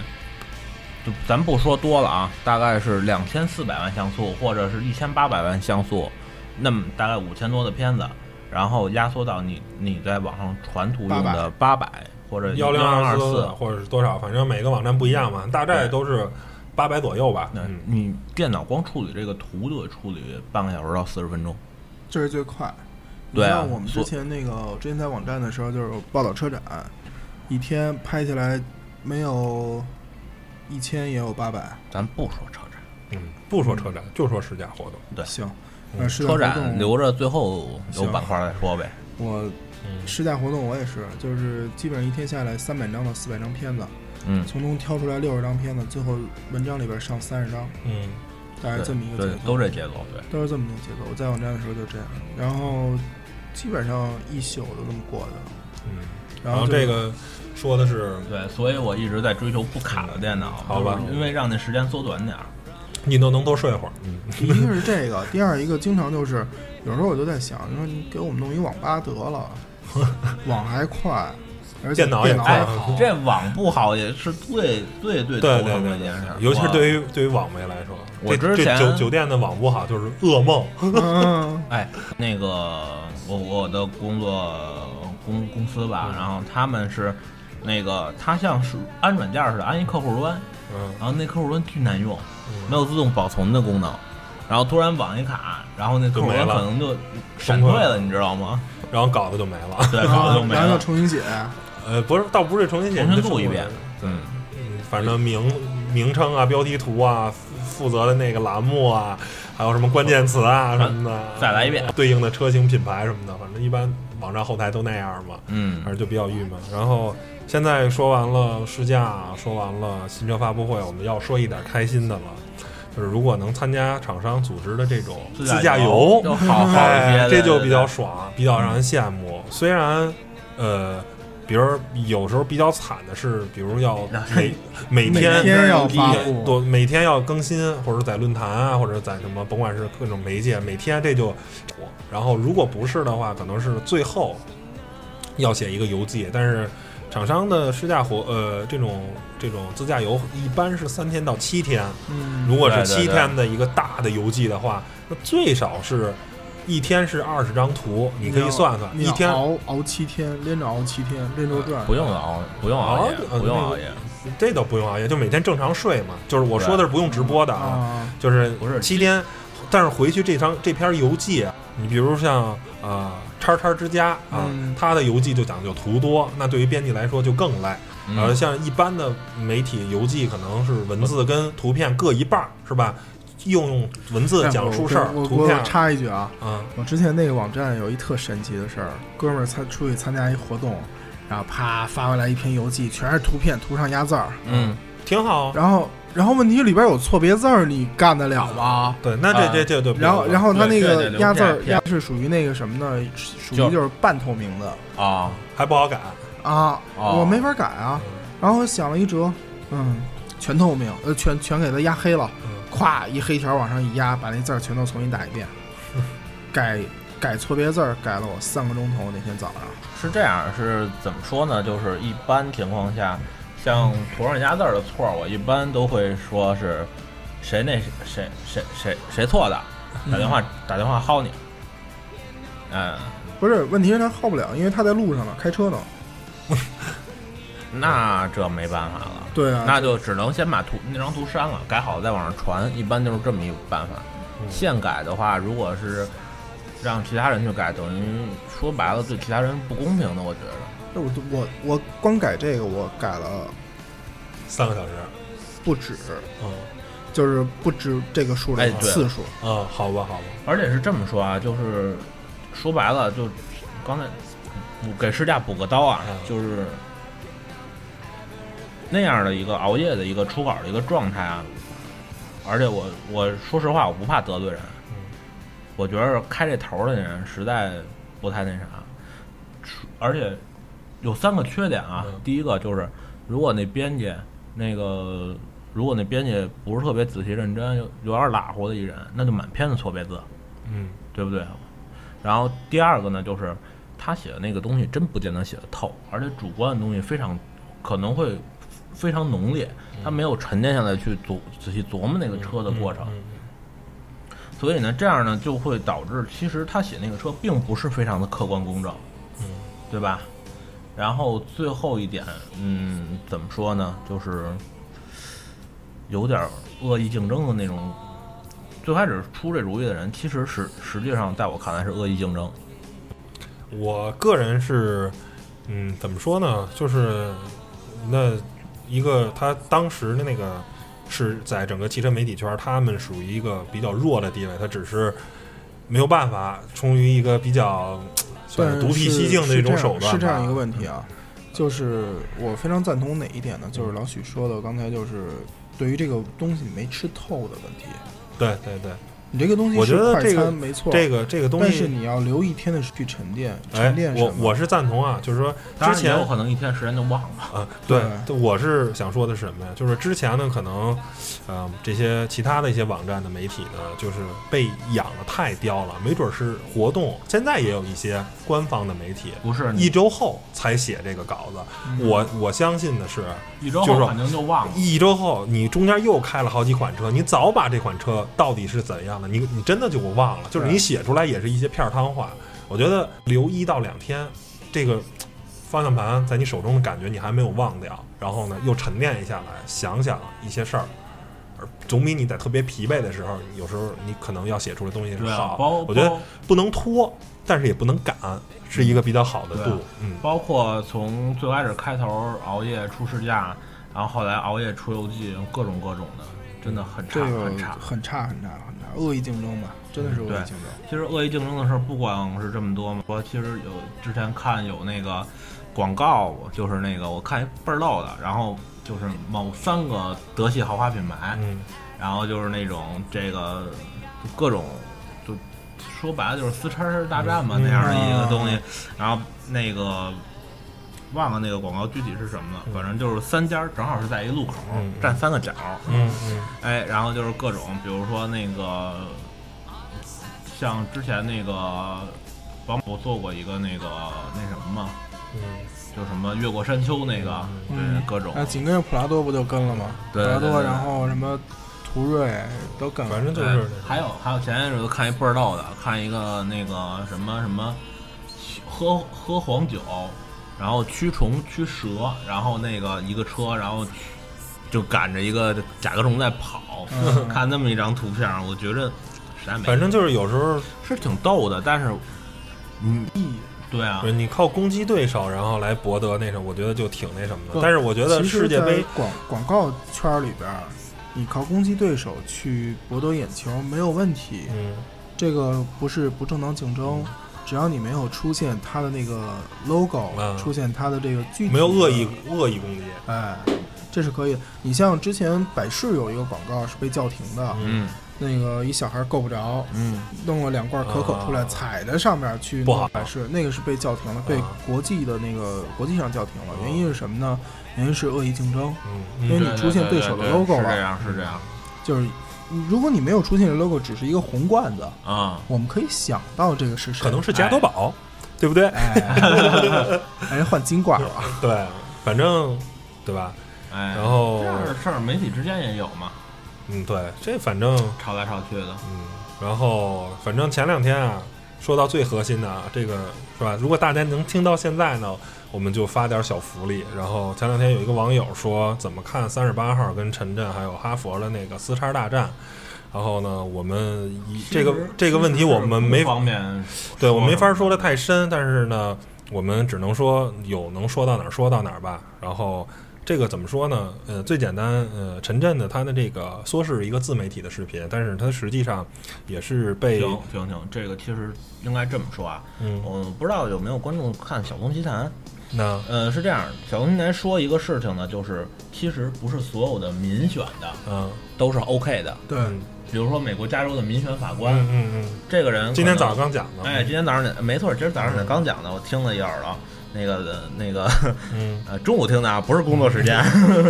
就咱不说多了啊，大概是两千四百万像素或者是一千八百万像素，那么大概五千多的片子，然后压缩到你你在网上传图用的八百或者幺零二四或者是多少，反正每个网站不一样嘛，大概对都是八百左右吧。那嗯，你电脑光处理这个图就得处理半个小时到四十分钟，这是最快。对啊你像我们之所前那个，我之前在网站的时候，就是报道车展，一天拍下来没有一千也有八百。咱不说车展，嗯，不说车展，就说试驾活动。对行，嗯呃，试驾车活展动，留着最后有行板块再说呗。我嗯，试驾活动我也是，就是基本上一天下来三百张到四百张片子，嗯，从中挑出来六十张片子，最后文章里边上三十张，嗯，大概对这么一个对节，奏，都这节奏，对，都是这么一个节奏。我在网站的时候就这样，然后基本上一宿都这么过的。嗯，然然后就这个说的是对，所以我一直在追求不卡的电脑，好吧就是因为让那时间缩短点儿。你都能多睡会儿，嗯，一个是这个，第二一个经常就是，有时候我就在想，你说你给我们弄一网吧得了，网还快，而且电脑也电脑快还哎好，，这网不好也是最最最对头对疼的对一件事儿，对，尤其是我对于对于网媒来说，我这之这前酒酒店的网不好就是噩梦， 嗯哎，那个我我的工作公公司吧，然后他们是那个，它像是安软件似的，安一客户端，嗯，然后那客户端巨难用，嗯没有自动保存的功能，然后突然网一卡，然后那客户就没端了可能就闪退崩溃了，了你知道吗？然后稿子就没了， 对，然然后就后没然后了要。重新写，呃，不是，倒不是重新写，重新就录一是遍嗯，嗯，反正名名称啊、标题图啊、负负责的那个栏目啊，还有什么关键词啊什么的，再来一遍，对应的车型品牌什么的，反正一般网站后台都那样嘛，反嗯，正就比较郁闷。然后现在说完了试驾，说完了新车发布会，我们要说一点开心的了，就是如果能参加厂商组织的这种自驾游，就好好一些哎了，，这就对比较爽，比较让人羡慕。虽然，呃，比如有时候比较惨的是，比如要每每每天天要第一发也布，多每天要更新，或者在论坛啊，或者在什么，甭管是各种媒介，每天这就。然后如果不是的话，可能是最后要写一个游记，但是厂商的试驾活，呃，这种这种自驾游一般是三天到七天。如嗯，果是对对七对天的一个大的游记的话，那最少是一天是二十张图，你可以算算你一要天熬熬七天，连着熬七天，连轴转，不用熬，不用熬夜，熬不用熬夜，这倒不用熬啊夜，就每天正常睡嘛。就是我说的是不用直播的啊，啊，就是不是七天，但是回去这张这篇游记啊，你比如像啊叉叉之家啊嗯，他的游记就讲究图多，那对于编辑来说就更累。嗯呃，像一般的媒体游记可能是文字跟图片各一半儿，是吧？用用文字哎讲我述事儿，我图片我插一句啊，啊，我之前那个网站有一特神奇的事儿，哥们儿参出去参加一活动，然后啪发回来一篇游记，全是图片，图上压字儿，嗯，挺好。然后然后问题里边有错别字儿，你干得了吗？对，那这啊这这就然后，然后他那对对个对压字儿留片压是属于那个什么呢？属于就就是半透明的啊，还不好改，啊，哦我没法改啊。然后我想了一折，嗯，全透明，呃，全全给它压黑了，嗯咵一黑条往上一压，把那字儿全都重新打一遍，嗯改改错别字儿，改了我三个钟头。那天早上，是这样，是怎么说呢？就是一般情况下，像图上压字儿的错儿，我一般都会说是谁那谁谁谁谁错的，打电话、打电话薅你。嗯，不是问题是他耗不了，因为他在路上呢，开车呢。那这没办法了，对啊，那就只能先把图那张图删了，改好了再往上传，一般就是这么一个办法。现改的话，如果是让其他人去改，等于说白了对其他人不公平的，我觉得。那我我我光改这个，我改了三个小时，不止，嗯就是不止这个数哎量对次数。嗯，好吧好吧，而且是这么说啊，就是说白了，就刚才补给试驾补个刀啊嗯，就是那样的一个熬夜的一个出稿的一个状态啊。而且我我说实话，我不怕得罪人，嗯我觉得开这头的人实在不太那啥，出而且有三个缺点啊嗯。第一个就是，如果那编辑那个。如果那编辑不是特别仔细认真，有有点拉乎的一人，那就满篇子错别字。嗯对不对？然后第二个呢，就是他写的那个东西真不见得写的透，而且主观的东西非常可能会非常浓烈，他没有沉淀下来去琢仔细琢磨那个车的过程，嗯嗯所以呢，这样呢就会导致其实他写那个车并不是非常的客观公正，嗯对吧？然后最后一点，嗯，怎么说呢，就是有点恶意竞争的那种。最开始出这主意的人，其实实实际上在我看来是恶意竞争，我个人是，嗯，怎么说呢？就是那一个他当时的那个是在整个汽车媒体圈，他们属于一个比较弱的地位，他只是没有办法出于一个比较算但独辟蹊径的一种手段吧是这样一个问题啊，就是我非常赞同哪一点呢？就是老许说的，刚才就是对于这个东西没吃透的问题。对对对，你这个东西我觉是得快这个餐没错，这个这个东但是西，你要留一天的时间去沉淀，哎沉淀，什我么？我是赞同啊，就是说当然之也前有可能一天时间就忘了。啊，对对，对我是想说的是什么呀？就是之前呢，可能，呃，这些其他的一些网站的媒体呢，就是被养的太刁了，没准是活动。现在也有一些官方的媒体，不是你一周后才写这个稿子。嗯我我相信的是，一周就后是肯定就忘了。一周后你中间又开了好几款车，你早把这款车到底是怎样的，你你真的就我忘了。就是对你写出来也是一些片儿汤话。我觉得留一到两天，这个方向盘在你手中的感觉你还没有忘掉，然后呢又沉淀一下来，想想一些事儿，而总比你在特别疲惫的时候，有时候你可能要写出来的东西是对啊，好包。我觉得包不能拖，但是也不能赶，是一个比较好的对度啊。嗯，包括从最开始开头熬夜出试驾，然后后来熬夜出游记，各种各种的，真的很这差个很差。很差很差很差，恶意竞争吧，真嗯的是恶对意竞争。其实恶意竞争的事儿不光是这么多嘛，我其实有之前看有那个广告，就是那个我看一倍儿逗的，然后就是某三个德系豪华品牌，嗯，然后就是那种这个各种就说白了就是四叉儿大战嘛、嗯那样的一个嗯东西，然后那个忘了那个广告具体是什么了，反正就是三家正好是在一路口、嗯嗯站三个角，嗯嗯哎，然后就是各种，比如说那个像之前那个王博做过一个那个那什么嘛，嗯，就什么越过山丘那个，嗯对各种那紧跟着普拉多不就跟了吗？对普拉对多，对然后什么途锐都跟了，反正就对是还有还有前一阵子看一倍儿逗的，看一个那个什么什么，喝喝黄酒，然后驱虫驱蛇，然后那个一个车，然后就赶着一个甲壳虫在跑，嗯看那么一张图片，我觉着实在没，反正就是有时候是挺逗的，但是，嗯，对啊不，是你靠攻击对手，然后来博得那什么，我觉得就挺那什么不的。但是我觉得其实世界杯在广广告圈儿里边儿，你靠攻击对手去博得眼球没有问题，嗯，这个不是不正当竞争。只要你没有出现它的那个 logo，、嗯出现它的这个具体的没有恶意，恶意攻击，哎，这是可以的。你像之前百事有一个广告是被叫停的，嗯那个一小孩够不着，嗯，弄了两罐可可出来，啊踩在上面去不好百事，那个是被叫停了，被啊国际的那个国际上叫停了啊。原因是什么呢？原因是恶意竞争，嗯因为嗯你出现对手的 logo 是了这样是这样就是如果你没有出现这 logo，只是一个红罐子，啊，我们可以想到这个是谁，可能是加多宝，对不对？ 哎，哎换金挂了，对，反正对吧？哎，然后这样的事儿媒体之间也有嘛，嗯，对，这反正吵来吵去的，嗯，然后反正前两天啊，说到最核心的啊，这个是吧？如果大家能听到现在呢，我们就发点小福利。然后前两天有一个网友说，怎么看三十八号跟陈震还有哈佛的那个撕叉大战？然后呢，我们以这个其实这个问题我们其实没不方便说，对我没法说的太深，但是呢，我们只能说有能说到哪儿说到哪儿吧。然后这个怎么说呢？呃，最简单，呃，陈震的他的这个说是一个自媒体的视频，但是他实际上也是被停停停，这个其实应该这么说啊，嗯，我不知道有没有观众看《小东奇谈》，那呃，是这样，《小东奇谈》说一个事情呢，就是其实不是所有的民选的嗯都是 OK 的，对，嗯比如说美国加州的民选法官，嗯嗯嗯，这个人今天可能早上嗯刚讲的，哎，今天早上你没错，今天早上你刚讲的，我听了一耳朵，那个那个 嗯，呃，中午听的啊，不是工作时间，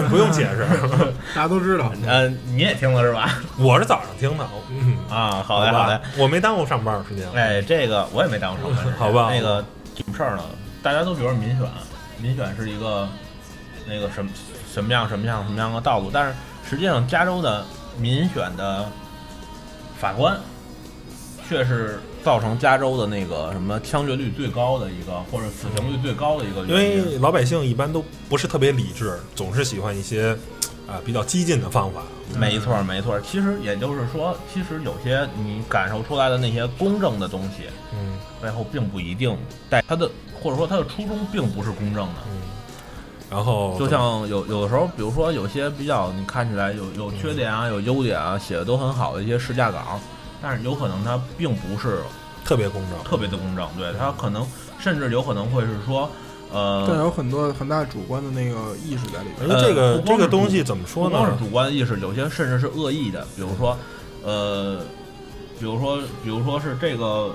不用解释， 大家都知道，呃，你也听了是吧？我是早上听的，嗯，啊，好嘞吧好嘞，，我没耽误上班时间，哎，这个我也没当成 好吧那个什么事儿呢？大家都觉得民选，民选是一个那个什么什么样什么样什么样的道路，但是实际上加州的民选的法官却是造成加州的那个什么枪决率最高的一个，或者死刑率最高的一个因原因。为老百姓一般都不是特别理智，总是喜欢一些。啊比较激进的方法。没错儿，没错儿。其实也就是说，其实有些你感受出来的那些公正的东西，嗯背后并不一定带它的，或者说它的初衷并不是公正的。嗯，然后就像有有的时候，比如说有些比较你看起来有有缺点啊、有优点啊，写的都很好的一些试驾稿，但是有可能它并不是特别公正，特别的公正，对它可能甚至有可能会是说，但呃，有很多很大主观的那个意识在里边。因为这呃个不光这个是东主西怎么说不光是呢？主观意识，有些甚至是恶意的，比如说，呃，比如说，比如说是这个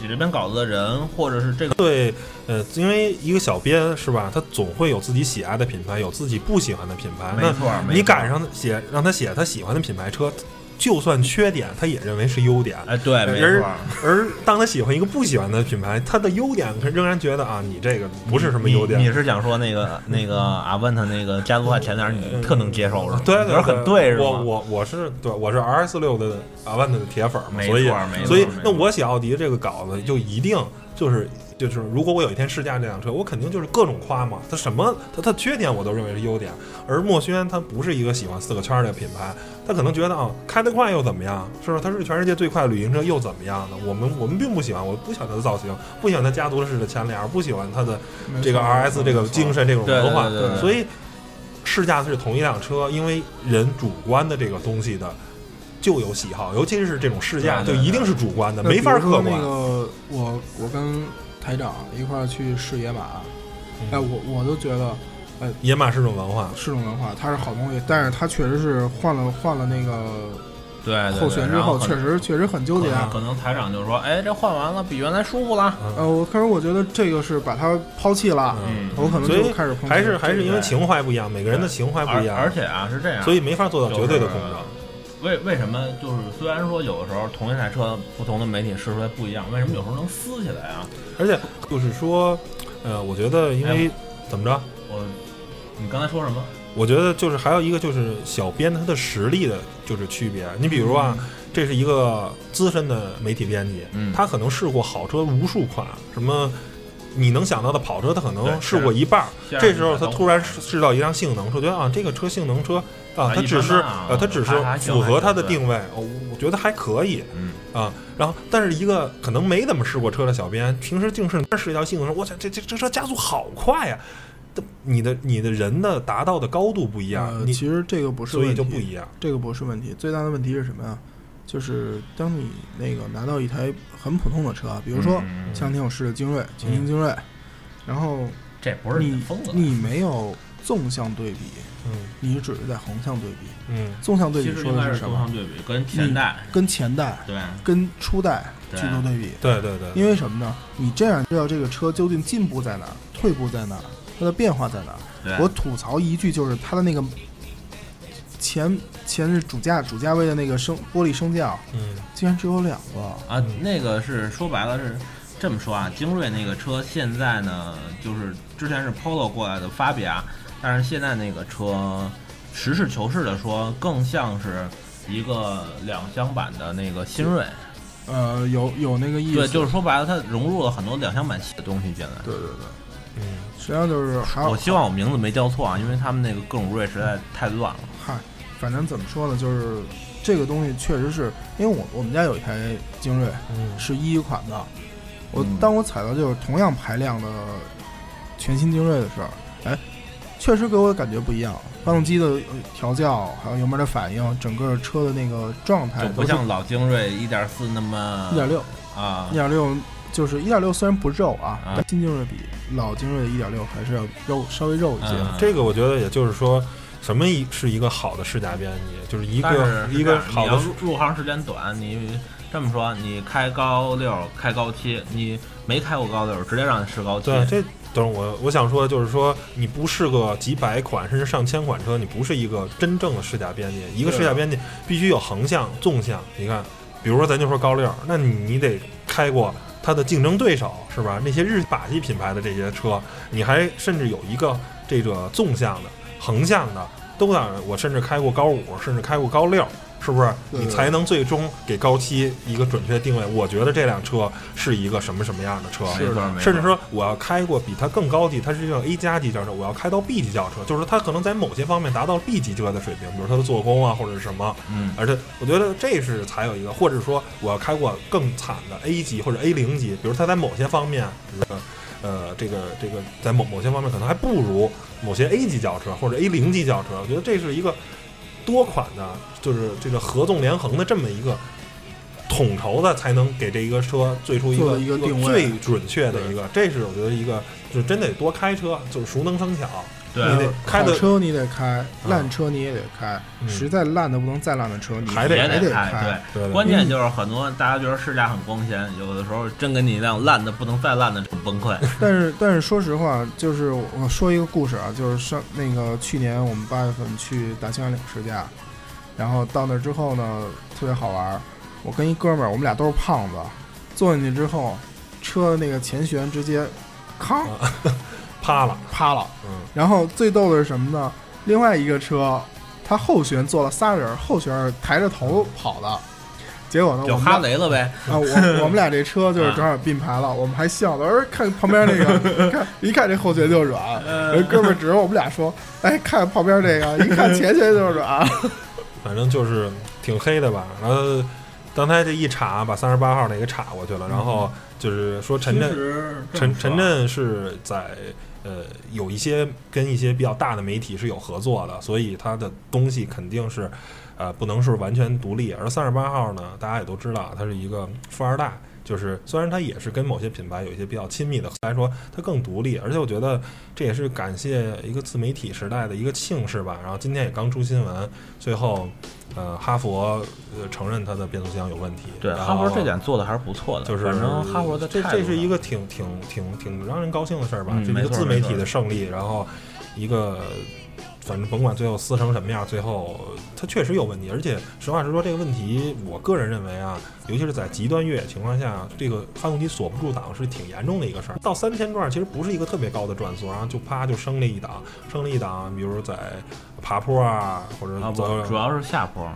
写这篇稿子的人，或者是这个对，呃，因为一个小编是吧，他总会有自己喜爱的品牌，有自己不喜欢的品牌。没啊那错儿，没你错儿赶，上写让他写他喜欢的品牌车，就算缺点，他也认为是优点。哎，对，没人错儿，而当他喜欢一个不喜欢的品牌，他的优点可仍然觉得啊，你这个不是什么优点。你你是想说那个那个阿问他那个家族化前脸，你特能接受是吧？对你对觉得很对是我吗？我我是对，我是 R S 六的阿万的铁粉儿嘛，没所以错儿没错儿所以没错儿那我写奥迪这个稿子就一定就是就是，如果我有一天试驾这辆车，我肯定就是各种夸嘛，它什么它它缺点我都认为是优点，而墨轩它不是一个喜欢四个圈儿的品牌，他可能觉得啊，开得快又怎么样？是吧？它是全世界最快的旅行车又怎么样呢？我们我们并不喜欢，我不喜欢它的造型，不喜欢它家族式的前脸，不喜欢它的没错这个 RS 这个精，神这种文化，对对对对所以试驾是同一辆车，因为人主观的这个东西的就有喜好，尤其是这种试驾，对就对对一定是主观的，那呃没法呃比如客说观。那个我我跟台长一块儿去试野马，嗯哎，我我都觉得野马是种文化，是种文化，它是好东西，但是它确实是换了换了那个对对对候选之然后，可确能实确实很纠结可。啊能可能台长就说，哎，这换完了比原来舒服了。嗯呃，我可是我觉得这个是把它抛弃了，嗯，我可能所以就开始抨击还是还是因为对情怀不一样，每个人的情怀不而一样，而且啊是这样，所以没法做到就是绝对的公正。为为什么就是虽然说有的时候同一台车不同的媒体试出来不一样，为什么有时候能撕起来啊？而且就是说，呃，我觉得因哎为、怎么着，我你刚才说什么？我觉得就是还有一个就是小编他的实力的就是区别。你比如啊，这是一个资深的媒体编辑，嗯他可能试过好车无数款，什么你能想到的跑车，他可能对啊试过一半儿。下这时候他一台突然试到一辆性能车，觉得啊，这个车性能车啊，啊它一只般是般啊呃，它只是还还行符还合行它的对定位，哦我我觉得还可以。嗯啊，然后但是一个可能没怎么试过车的小编，平时净是试一条性能，我操，这这这车加速好快呀、这你的你的人的达到的高度不一样，呃，你其实这个不是所问以题，就不一样。这个不是问题，最大的问题是什么呀？就是当你那个拿到一台很普通的车啊，比如说嗯嗯嗯像那天我试的精锐，秦行精锐，然后这不是你疯子，你没有纵向对比，嗯你只是在横向对比。嗯纵向对其比实说应该的是什纵么向？对比跟前代跟前代、对。跟初代去对做对比，对对对，因为什么呢？你这样知道这个车究竟进步在哪儿，退步在哪儿，它的变化在哪儿。对我吐槽一句，就是它的那个前前是主驾主驾位的那个升玻璃升降，嗯竟然只有两个。啊，那个是说白了是这么说啊，精锐那个车现在呢，就是之前是 Polo 过来的发比亚，但是现在那个车，实事求是的说，更像是一个两厢版的那个新锐。呃，有有那个意思。对，就是说白了，它融入了很多两厢版系的东西进来。对对对，嗯，实际上就是还有我希望我名字没叫错啊，因为他们那个各种锐实在太乱了。嗨，反正怎么说呢，就是这个东西确实是因为我我们家有一台精锐嗯是一一款的，我嗯当我踩到就是同样排量的全新精锐的时候，哎，确实给我感觉不一样，发动机的呃调教，还有油门的反应，整个车的那个状态就不都是像老精锐一点四那么一点六，啊一，点六就是一点六，虽然不肉啊，啊但新精锐比老精锐的一点六还是要肉稍微肉一些。嗯这个我觉得也就是说，什么一是一个好的试驾编辑，就是一但个是一个好你要的入入行时间短，你这么说，你开高六，开高七，你没开过高六，直接让你试高七，对，这等会儿我我想说，就是说你不是个几百款甚至上千款车，你不是一个真正的试驾编辑。一个对试驾编辑必须有横向、纵向。你看，比如说咱就说高六，那你你得开过它的竞争对手是吧？那些日把系品牌的这些车，你还甚至有一个这个纵向的、横向的。都当然，我甚至开过高五，甚至开过高六，是不是？对你才能最终给高七一个准确定位。我觉得这辆车是一个什么什么样的车，没错，没错甚至说我要开过比它更高级，它是一辆 A 加级轿车，我要开到 B 级轿车，就是它可能在某些方面达到 B 级车的水平，比如它的做工啊或者是什么。嗯，而且我觉得这是才有一个，或者说我要开过更惨的 A 级或者 A 零级，比如它在某些方面，比如说呃，这个这个在某某些方面可能还不如某些 A 级轿车或者 A 零级轿车。我觉得这是一个多款的，就是这个合纵连横的这么一个统筹的，才能给这一个车最出一做个一个定位最准确的一个。这是我觉得一个，就是真得多开车，就是熟能生巧。对你你得开好的车你得开，烂车你也得开，嗯实在烂的不能再烂的车你还得也得开，对开。。对对关键就是很多大家觉得试驾很光鲜，有的时候真给你一辆烂的不能再烂的很崩溃。 但是但是说实话，就是我说一个故事啊，就是上那个去年我们八月份去大兴安岭试驾，然后到那之后呢，特别好玩儿。我跟一哥们儿，我们俩都是胖子，坐进去之后，车那个前悬直接，康趴了，趴了。嗯，然后最逗的是什么呢？另外一个车，它后悬坐了仨人，后悬是抬着头跑的。结果呢，就我们俩哈雷了呗，啊，我我们俩这车就是正好并排了，我们还笑呢，而看旁边那个，看一看这后悬就软，人哥们儿指着我们俩说，哎，看旁边这个，一看前悬就软，反正就是挺黑的吧。然后刚才这一查，把三十八号那给查过去了。然后就是说陈震，震啊陈陈震是在呃有一些跟一些比较大的媒体是有合作的，所以他的东西肯定是呃不能是完全独立。而三十八号呢，大家也都知道，他是一个富二代。就是虽然他也是跟某些品牌有一些比较亲密的，来说他更独立，而且我觉得这也是感谢一个自媒体时代的一个庆世吧。然后今天也刚出新闻，最后呃哈佛呃承认他的变速箱有问题，对然哈后佛这点做的还是不错的，就是嗯反正哈佛的这态度这是上一个挺挺挺挺让人高兴的事儿吧，嗯这是一没个错自媒没体错的胜利，然后一个。反正甭管最后撕成什么样，最后它确实有问题。而且实话实说，这个问题，我个人认为啊，尤其是在极端越野情况下，这个发动机锁不住档是挺严重的一个事儿。到三千转其实不是一个特别高的转速，然后就啪就升了一档，升了一档，比如在爬坡啊，或者啊走不，主要是下坡，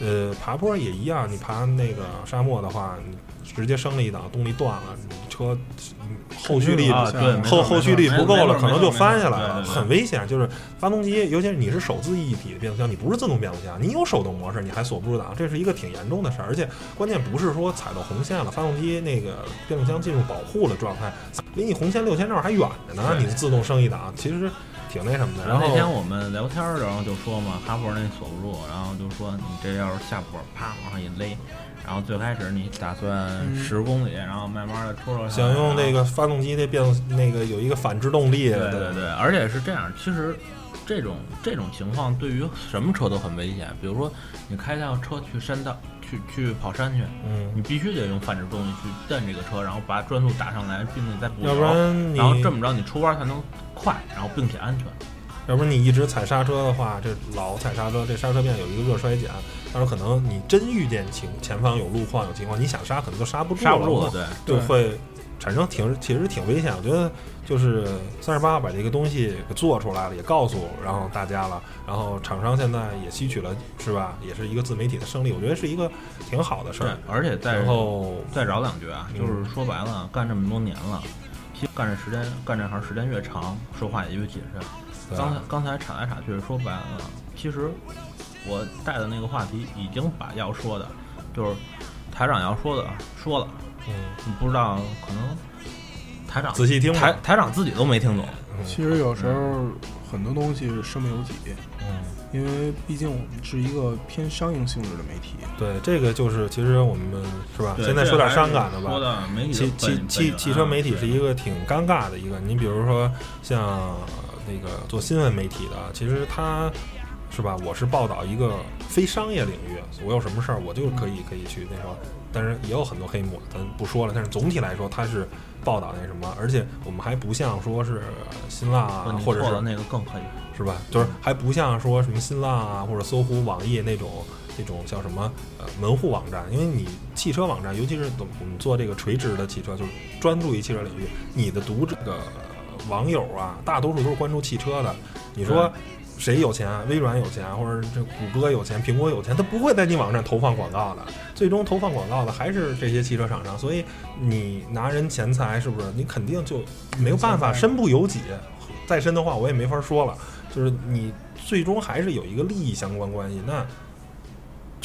呃，爬坡也一样，你爬那个沙漠的话，你直接升了一档，动力断了，你车嗯后驱力啊不对没错后后驱力不够了，可能就翻下来没了，错很危险。就是发动机，尤其是你是手自一体的变速箱，你不是自动变速箱，你有手动模式，你还锁不住档，这是一个挺严重的事儿。而且关键不是说踩到红线了，发动机那个变速箱进入保护的状态，离你红线六千兆还远着呢，对你自动升一档，其实挺那什么的。然然后那后天我们聊天儿的时候就说嘛，哈佛那锁不住，然后就说你这要是下坡，啪往上一勒，然后最开始你打算嗯十公里，然后慢慢的戳戳它想用那然后个发动机那变速那个有一个反制动力，对对对，而且是这样，其实这种这种情况对于什么车都很危险，比如说你开辆车去山道去去跑山去，嗯，你必须得用反制动力去蹬这个车，然后把转速打上来，并且再补要不油，然你然后这么着你出弯才能快，然后并且安全。要不然你一直踩刹车的话，这老踩刹车，这刹车片有一个热衰减，到时候可能你真遇见情前方有路况有情况，你想刹可能都刹不住刹不住了，了，对，就对会产生挺其实挺危险。我觉得就是三十八把这个东西给做出来了，也告诉然后大家了，然后厂商现在也吸取了，是吧？也是一个自媒体的胜利，我觉得是一个挺好的事对儿。，而且再然后嗯再饶两句啊，就是说白了，干这么多年了，其实干这时间干这行时间越长，说话也越谨慎。对刚才刚才岔来岔去，说白了，其实我带的那个话题已经把要说的，就是台长要说的说了，嗯，你不知道可能台长仔细听吧台台长自己都没听懂。嗯其实有时候很多东西是身不由己，嗯。因为毕竟我们是一个偏商业性质的媒体，对，这个就是其实我们是吧？对现在说点伤感的这还是说吧。的媒体汽的汽本啊汽汽车媒体是一个挺尴尬的一个，你比如说像呃那个做新闻媒体的，其实他是吧？我是报道一个非商业领域，我有什么事儿我就可嗯以可以去那什么，但是也有很多黑幕，咱不说了。但是总体来说，它是报道那什么，而且我们还不像说是新浪本身，啊或者哦你做是的那个更可以。是吧？就是还不像说什么新浪啊，或者搜狐、网易那种那种叫什么呃门户网站，因为你汽车网站，尤其是我们做这个垂直的汽车，就是专注于汽车领域，你的读者的网友啊，大多数都是关注汽车的，你你说谁有钱啊？微软有钱啊，或者这谷歌有钱，苹果有钱，他不会在你网站投放广告的。最终投放广告的还是这些汽车厂商，所以你拿人钱财是不是？你肯定就没有办法，身不由己。再深的话，我也没法说了。就是你最终还是有一个利益相关关系，那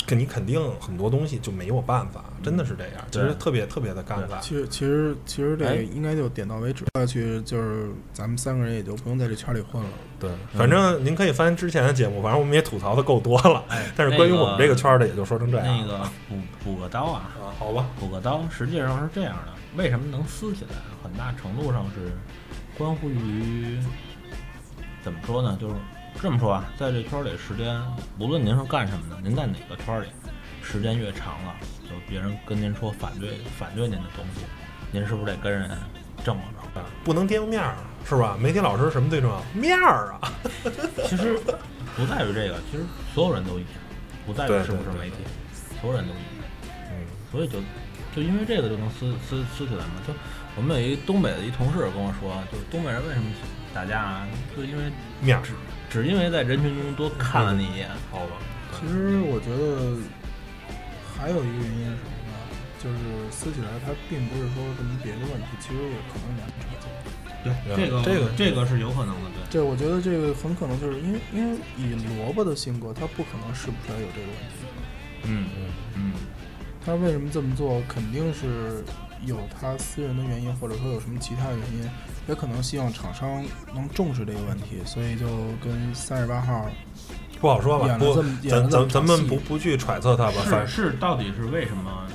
肯你肯定很多东西就没有办法，真的是这样，其实对特别特别的尴尬。其实其实其实这哎个应该就点到为止。下去就是咱们三个人也就不用在这圈里混了。对，反正您可以翻之前的节目，反正我们也吐槽的够多了， 但是关于我们这个圈儿的也就说成这样。那个补补个刀啊，啊，好吧，补个刀，实际上是这样的，为什么能撕起来？很大程度上是关乎于怎么说呢？就是这么说啊，在这圈儿里时间，无论您是干什么的，您在哪个圈儿里，时间越长了，就别人跟您说反对反对您的东西，您是不是得跟人正着着？不能颠覆面儿，是吧？媒体老师什么最重要？面儿啊！其实不在于这个，其实所有人都一样，不在对于是不对是对媒体，所有人都一样。嗯，所以就就因为这个就能撕撕撕起来嘛。就我们有一东北的一同事跟我说，就是东北人为什么打架啊？就因为面儿，只因为在人群中多看了你一眼。好吧。其实我觉得还有一个原因是什么呢？就是撕起来，它并不是说什么别的问题，其实也可能两个扯结。对这个这个这个是有可能的，对。这我觉得这个很可能就是因为因为以萝卜的性格，他不可能试不出来有这个问题。嗯嗯他为什么这么做，肯定是有他私人的原因，或者说有什么其他原因，也可能希望厂商能重视这个问题，所以就跟三十八号不好说吧，演了不这么，演了咱这么咱咱们场戏不不去揣测他吧，反是是，到底是为什么？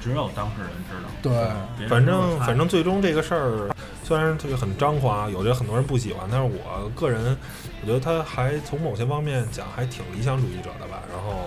只有当事人知道。对别人反不知正道反正最终这个事儿，虽然这个很张狂，有的很多人不喜欢，但是我个人，我觉得他还从某些方面讲还挺理想主义者的吧。然后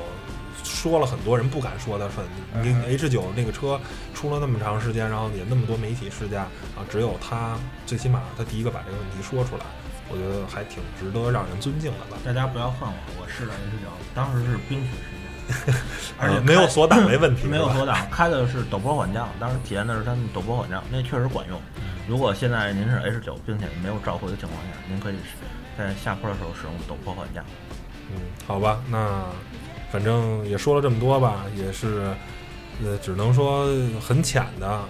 说了很多人不敢说的事，你嗯 H 九那个车出了那么长时间，然后也那么多媒体试驾啊，只有他最起码他第一个把这个问题说出来，我觉得还挺值得让人尊敬的吧。大家不要恨我，我试了 H 九，当时是冰雪世 界，而且呃没有开锁档没问题，没有是吧锁档，开的是陡坡缓降，当时体验的是他们陡坡缓降，那确实管用。如果现在您是 H 九，并且没有召回的情况下，您可以在下坡的时候使用陡坡缓降。嗯，好吧，那反正也说了这么多吧，也是，呃，只能说很浅的啊，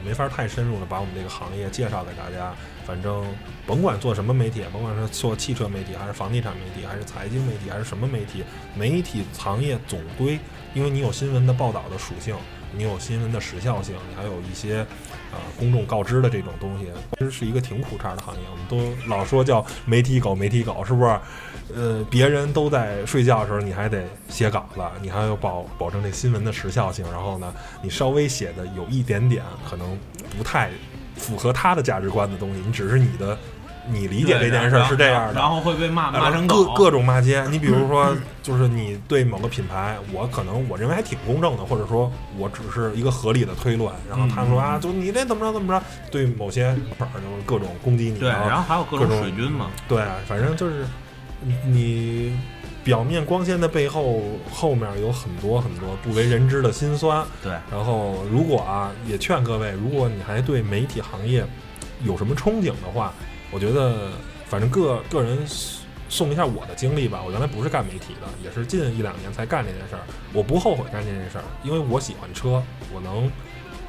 也没法太深入的把我们这个行业介绍给大家。反正甭管做什么媒体，甭管是做汽车媒体，还是房地产媒体，还是财经媒体，还是什么媒体，媒体行业总归，因为你有新闻的报道的属性，你有新闻的时效性，你还有一些啊、公众告知的这种东西，其实是一个挺苦差的行业。我们都老说叫媒体狗，媒体狗是不是？呃，别人都在睡觉的时候，你还得写稿子，你还要保保证这新闻的时效性。然后呢，你稍微写的有一点点可能不太符合他的价值观的东西，你只是你的你理解这件事儿是这样的然。后会被骂然后骂成各狗。各种骂街，你比如说，嗯就是你对某个品牌，我可能我认为还挺公正的，或者说我只是一个合理的推论，然后嗯他们说啊，就你这怎么着怎么着，对某些粉儿就是各种攻击你，对，然后还有各种各种水军嘛，对，反正就是你表面光鲜的背后，后面有很多很多不为人知的辛酸。对，然后，如果啊，也劝各位，如果你还对媒体行业有什么憧憬的话，我觉得反正个个人送一下我的经历吧。我原来不是干媒体的，也是近一两年才干这件事儿。我不后悔干这件事儿，因为我喜欢车，我能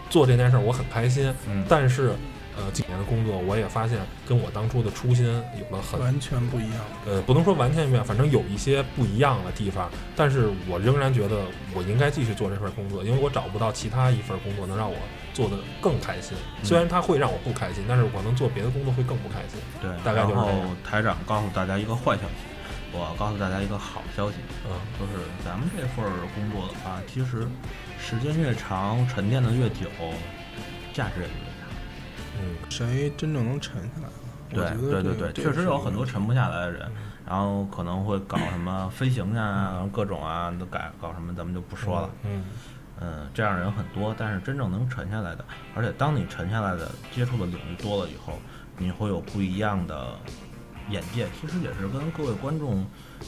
做这件事儿，我很开心。嗯但是，呃，几年的工作，我也发现跟我当初的初心有了很完全不一样。呃，不能说完全一样，反正有一些不一样的地方。但是我仍然觉得我应该继续做这份工作，因为我找不到其他一份工作能让我做的更开心。虽嗯然它会让我不开心，但是我能做别的工作会更不开心。对。大概就是然这样后台长告诉大家一个坏消息，我告诉大家一个好消息，嗯，就是咱们这份儿工作的话，其实时间越长，沉淀的越久，价值也就越大。嗯，谁真正能沉下来？我觉得对这对个对对，这确个实是有一很个多沉不下来的人，然后可能会搞什么飞行啊，各种啊，都改搞什么，咱们就不说了。嗯，嗯，这样人很多，但是真正能沉下来的，而且当你沉下来的接触的领域多了以后，你会有不一样的眼界。其实也是跟各位观众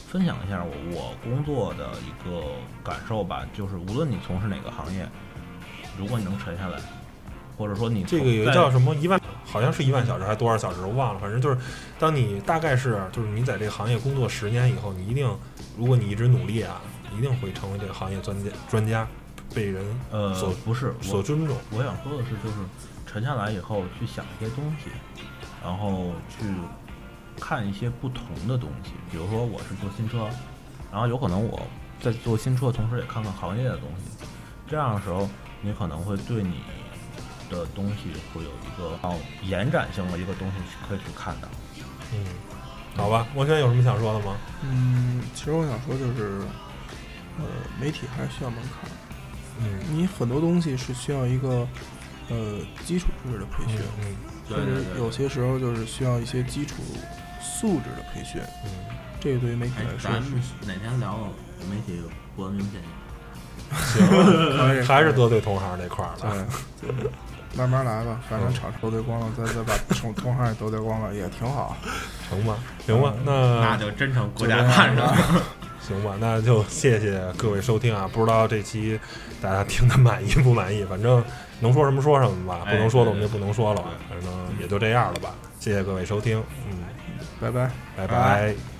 分享一下我我工作的一个感受吧，就是无论你从事哪个行业，如果你能沉下来，或者说你这个从有一在叫什么一万好像是一万小时还多少小时，我忘了。反正就是，当你大概是就是你在这个行业工作十年以后，你一定，如果你一直努力啊，一定会成为这个行业专家专家，被人呃所，不是我所尊重。我想说的是，就是沉下来以后去想一些东西，然后去看一些不同的东西。比如说，我是做新车，然后有可能我在做新车的同时也看看行业的东西。这样的时候，你可能会对你的东西会有一个哦延展性的一个东西去可以去看到。嗯，好吧，我现在有什么想说的吗？嗯，其实我想说就是，呃，媒体还是需要门槛儿，嗯，你很多东西是需要一个呃基础知识的培训，嗯甚至有些时候就是需要一些基础素质的培训，嗯，这个对于媒体哎来，说咱是们哪天聊媒体不文明现象？ 可以还是得罪同嗯行这块儿对了。，对哎慢慢来吧，反正嗯厂都得光了，再再把同同行也都得光了，也挺好。成吧，行吧，那嗯那就真成国啊家看上了。行吧，那就谢谢各位收听啊！不知道这期大家听的满意不满意？反正能说什么说什么吧，哎不能说的我对们就不能说了吧，反正也就这样了吧。谢谢各位收听，嗯，拜拜。拜拜拜